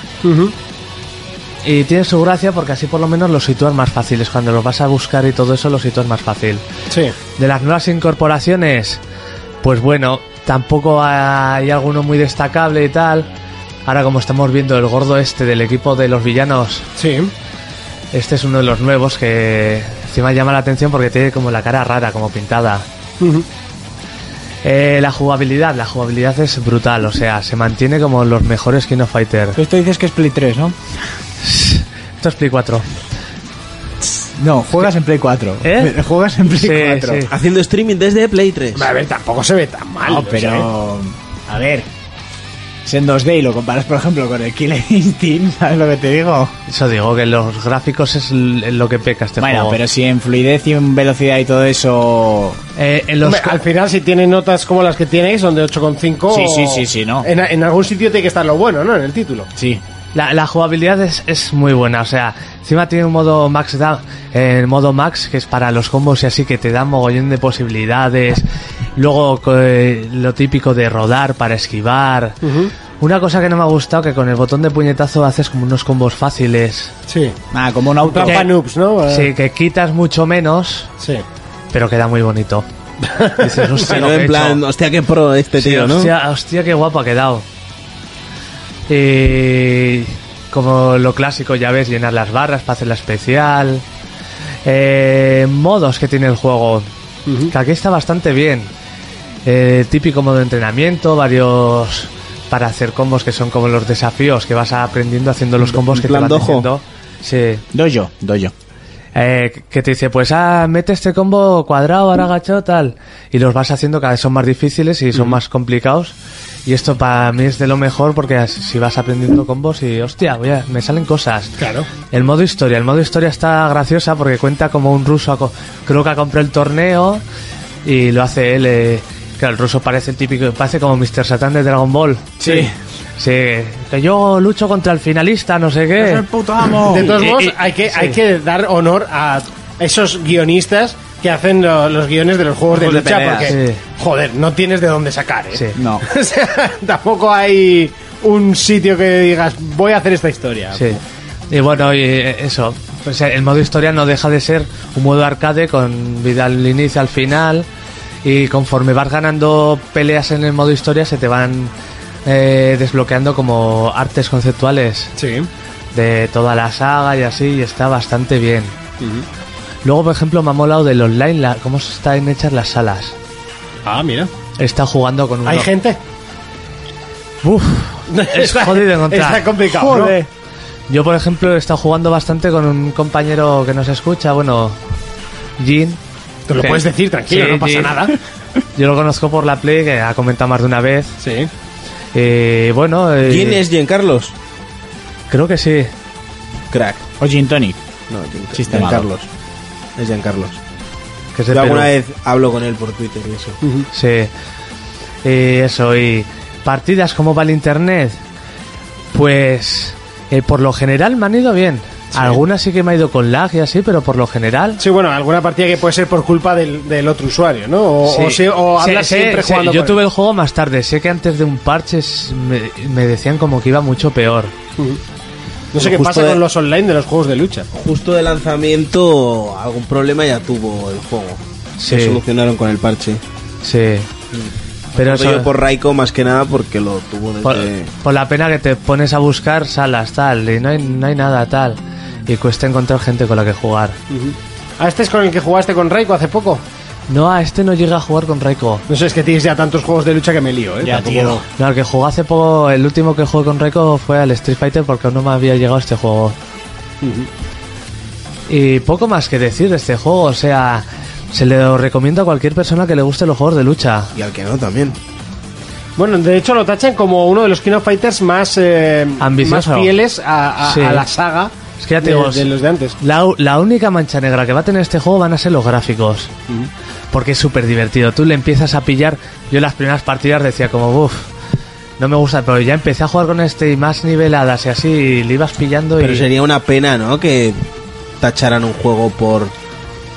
Y tiene su gracia porque así por lo menos los sitúan más fáciles. Cuando los vas a buscar y todo eso, los sitúan más fácil. Sí. De las nuevas incorporaciones, pues bueno, tampoco hay alguno muy destacable y tal. Ahora como estamos viendo el gordo este del equipo de los villanos, Sí. este es uno de los nuevos que encima llama la atención porque tiene como la cara rara, como pintada. Eh, la jugabilidad, la jugabilidad es brutal, o sea, se mantiene como los mejores King of Fighter. Pero esto dices que es Play 3, ¿no? Esto es Play 4. No, juegas en Play 4. ¿Eh? Juegas en Play Sí, 4. sí. Haciendo streaming desde Play 3. A ver, tampoco se ve tan mal. No, o sea, ¿eh? Ah, pero... A ver... Es en 2D y lo comparas, por ejemplo, con el Killer Instinct, ¿sabes lo que te digo? Eso digo, que los gráficos es l- lo que peca este bueno, juego. pero si en fluidez y en velocidad y todo eso... Eh, en los... Hombre, al final, si tiene notas como las que tiene, son de 8,5. Sí, sí, sí, sí, no. En, en algún sitio tiene que estar lo bueno, ¿no? En el título. Sí. La, la jugabilidad es, es muy buena, o sea, encima tiene un modo max down, eh, el modo max que es para los combos y así que te da mogollón de posibilidades. Luego co- eh, lo típico de rodar para esquivar. Una cosa que no me ha gustado que con el botón de puñetazo haces como unos combos fáciles. Sí. Ah, como un auto... Trampa noobs, ¿no? Eh, Sí, que quitas mucho menos, Sí. pero queda muy bonito. Dices, hostia, Pero lo que he en hecho". plan, hostia, qué pro este Sí, tío, ¿no? Hostia, hostia, qué guapo ha quedado. Y como lo clásico, ya ves, llenar las barras para hacerla especial. Eh, modos que tiene el juego. Que aquí está bastante bien. Eh, típico modo de entrenamiento, varios para hacer combos que son como los desafíos que vas aprendiendo haciendo los combos que te plan van dojo. diciendo. Sí. Doyo, doyo. Eh, que te dice, pues ah, mete este combo cuadrado, ahora agachado, tal. Y los vas haciendo cada vez son más difíciles y son más complicados. Y esto para mí es de lo mejor porque as- si vas aprendiendo combos y hostia, voy a- me salen cosas. Claro. El modo historia, el modo historia está graciosa porque cuenta como un ruso, ha co- creo que ha comprado el torneo y lo hace él. eh, claro, el ruso parece el típico, parece como Mr. Satan de Dragon Ball. Sí. Sí, que yo lucho contra el finalista, no sé qué. puto amo! De todos Eh, modos, eh, hay, que, sí. hay que dar honor a esos guionistas que hacen lo- los guiones de los juegos de Juegos de lucha, pelea, porque, sí. joder, no tienes de dónde sacar, ¿eh? Sí. No. O sea, tampoco hay un sitio que digas, voy a hacer esta historia. Sí. Y bueno, y eh, eso. Pues eh, el modo historia no deja de ser un modo arcade con vida al inicio, al final. Y conforme vas ganando peleas en el modo historia, se te van eh, desbloqueando como artes conceptuales Sí. de toda la saga y así. Y está bastante bien. Luego, por ejemplo, me ha molado del online, la- cómo están hechas las salas. Ah, mira. Está jugando con uno. ¿Hay gente? Uf, es jodido encontrar. Está complicado, ¿no? Joder. Yo, por ejemplo, he estado jugando bastante con un compañero que nos escucha, bueno, Jin. Te lo Sí. puedes decir, tranquilo, Sí, no pasa Jin. nada. Yo lo conozco por la Play, que ha comentado más de una vez. Sí. Eh, bueno, eh, ¿Quién es Giancarlos? Creo que sí. Crack. O Gin Tonic. No, Gian- Chiste Giancarlos. Es Giancarlos. Que es de Yo alguna Perú. vez hablo con él por Twitter y eso. Sí. Y eso, y partidas, ¿cómo va el internet? Pues, eh, por lo general me han ido bien. Algunas sí que me ha ido con lag y así, pero por lo general. Sí, bueno, alguna partida que puede ser por culpa del, del otro usuario, ¿no? O, Sí. o se- o Sí, hablas sí, siempre sí, jugando Yo con tuve él. el juego más tarde. Sé que antes de un parche es- me, me decían como que iba mucho peor. No sé qué Justo pasa de- con los online de los juegos de lucha. Justo de lanzamiento, algún problema ya tuvo el juego. Se Sí. solucionaron con el parche. Sí. Pero Pero eso, Mm. yo por Raiko más que nada porque lo tuvo desde... por, por la pena que te pones a buscar salas, tal, y no hay, no hay nada, tal. Y cuesta encontrar gente con la que jugar. Ah, este es con el que jugaste con Raiko hace poco. No, a este no llega a jugar con Raiko. No sé, es que tienes ya tantos juegos de lucha que me lío, ¿eh? Ya, Tampoco- tío. No, el que jugó hace poco, el último que jugué con Reiko fue al Street Fighter porque aún no me había llegado este juego. Y poco más que decir de este juego, o sea, se lo recomiendo a cualquier persona que le guste los juegos de lucha. Y al que no también. Bueno, de hecho lo tachan como uno de los King of Fighters más, eh, Ambicioso. más fieles a, a- Sí. a la saga Es que ya te de, digo, de los de antes. La, u- la única mancha negra que va a tener este juego van a ser los gráficos. Porque es súper divertido. Tú le empiezas a pillar. Yo en las primeras partidas decía como, uff, no me gusta, pero ya empecé a jugar con este y más niveladas y así, y le ibas pillando Pero y... sería una pena, ¿no? Que tacharan un juego por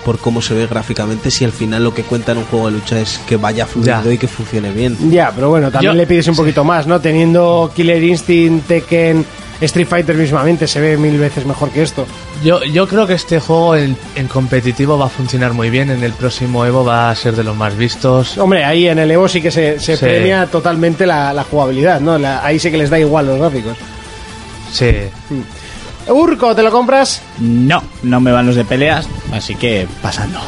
por cómo se ve gráficamente si al final lo que cuenta en un juego de lucha es que vaya fluido Ya. y que funcione bien. Ya, pero bueno, también Yo- le pides un poquito más, ¿no? Teniendo Killer Instinct, Tekken, Street Fighter mismamente, se ve mil veces mejor que esto. Yo, yo creo que este juego en, en competitivo va a funcionar muy bien. En el próximo Evo va a ser de los más vistos. Hombre, ahí en el Evo sí que se, se Sí. premia totalmente la, la jugabilidad, ¿no? La- ahí sí que les da igual los gráficos. Sí. Urco, ¿te lo compras? No, no me van los de peleas, así que pasando.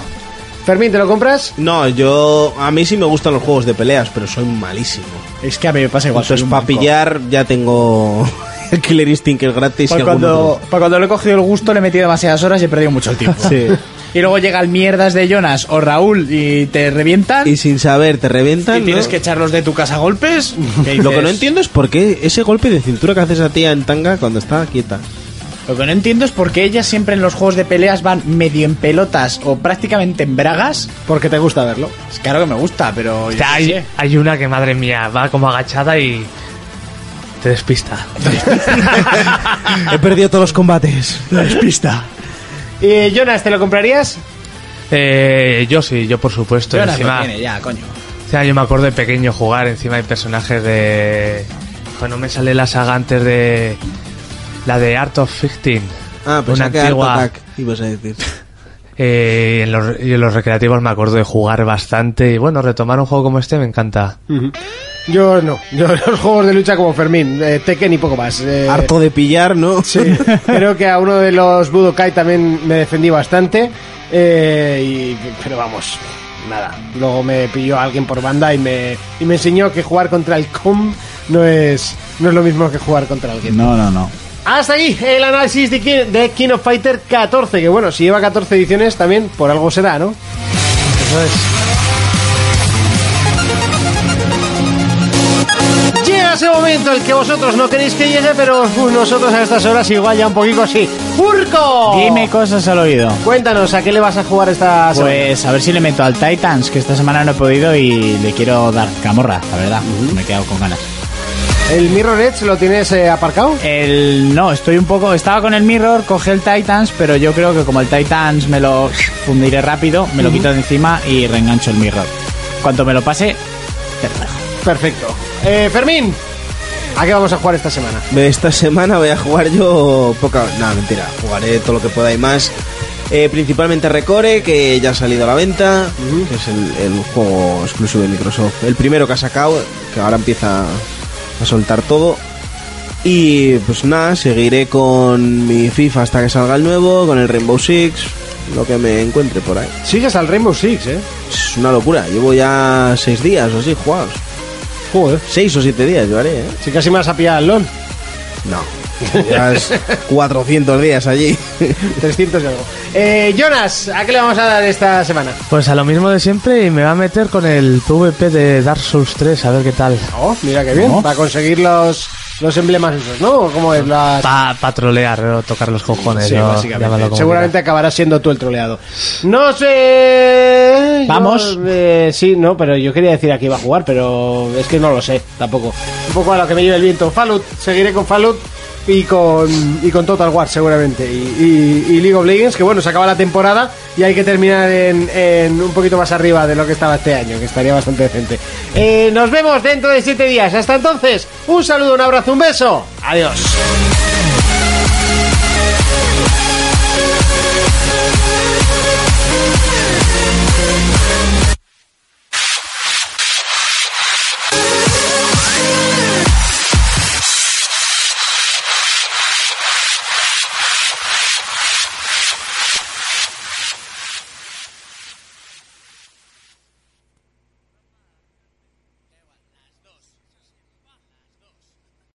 Fermín, ¿te lo compras? No, yo a mí sí me gustan los juegos de peleas, pero soy malísimo. Es que a mí me pasa Entonces para pillar ya tengo el Killer Instinct que es gratis y Para algún Pues cuando, otro. para cuando le he cogido el gusto, le he metido demasiadas horas y he perdido mucho el tiempo. Y luego llega el mierdas de Jonas o Raúl y te revientan. y sin saber te revientan. y tienes ¿no? que echarlos de tu casa a golpes. Lo que no entiendo es por qué ese golpe de cintura que hace esa tía en tanga cuando está quieta. Lo que no entiendo es por qué ellas siempre en los juegos de peleas van medio en pelotas o prácticamente en bragas. Porque te gusta verlo. Es claro que me gusta, pero. yo O sea, qué hay, sé. hay una que, madre mía, va como agachada y te despista. He perdido todos los combates. ¿Y Jonas, te lo comprarías? Eh, yo sí, yo por supuesto. Jonas lo encima, tiene ya, coño. o sea, yo me acuerdo de pequeño jugar. Encima hay personajes de... Joder, no me sale la saga antes de... La de Art of 15. Ah, pensaba Una que antigua. Art Attack ibas a decir. Eh, y, en los, y en los recreativos me acuerdo de jugar bastante. Y bueno, retomar un juego como este me encanta. Yo no, yo los juegos de lucha como Fermín, eh, Tekken y poco más. eh, Harto de pillar, ¿no? Sí, creo que a uno de los Budokai también me defendí bastante. eh, y- pero vamos, nada. Luego me pilló alguien por banda y me, y me enseñó que jugar contra el com no es, no es lo mismo que jugar contra alguien. No, no, no. Hasta ahí el análisis de King, de King of Fighter 14. Que bueno, si lleva 14 ediciones también por algo será, ¿no? Llega ese momento el que vosotros no queréis que llegue, pero uh, nosotros a estas horas igual ya un poquito así. ¡Urco! Dime cosas al oído. Cuéntanos, ¿a qué le vas a jugar esta semana? Pues a ver si le meto al Titans, que esta semana no he podido y le quiero dar camorra, la verdad. Me he quedado con ganas. ¿El Mirror Edge lo tienes eh, aparcado? El no, estoy un poco. Estaba con el Mirror, cogí el Titans, pero yo creo que como el Titans me lo fundiré rápido, me lo quito de encima y reengancho el Mirror. Cuanto me lo pase, te lo dejo. Perfecto. Eh, Fermín, ¿a qué vamos a jugar esta semana? Esta semana voy a jugar yo poca... Nada, mentira. Jugaré todo lo que pueda y más. Eh, principalmente Recore, que ya ha salido a la venta. que es el, el juego exclusivo de Microsoft. El primero que ha sacado, que ahora empieza a soltar todo. Y pues nada, seguiré con mi FIFA hasta que salga el nuevo, con el Rainbow Six, lo que me encuentre por ahí. Sigues al Rainbow Six, ¿eh? Es una locura. Llevo ya seis días o así jugados. Joder. Seis o siete días llevaré, ¿eh? Si casi me vas a pillar al LOL. No. Llevas 400 días allí. 300 y algo. Eh, Jonas, ¿a qué le vamos a dar esta semana? Pues a lo mismo de siempre y me va a meter con el PvP de Dark Souls 3, a ver qué tal. Oh, mira qué bien. Para conseguir los, los emblemas esos, ¿no? ¿Cómo es la...? Pa, pa trolear eh, o tocar los cojones. Sí, ¿no? Llámalo básicamente. como Seguramente acabarás siendo tú el troleado. No sé. Vamos. Yo, eh, sí, no, pero yo quería decir a qué iba a jugar, pero es que no lo sé tampoco. Un poco a lo que me lleve el viento. Fallout, seguiré con Fallout y con, y con Total War, seguramente. Y, y- y League of Legends, que bueno, se acaba la temporada y hay que terminar en, en un poquito más arriba de lo que estaba este año, que estaría bastante decente. Eh, nos vemos dentro de 7 días. Hasta entonces, un saludo, un abrazo, un beso. Adiós.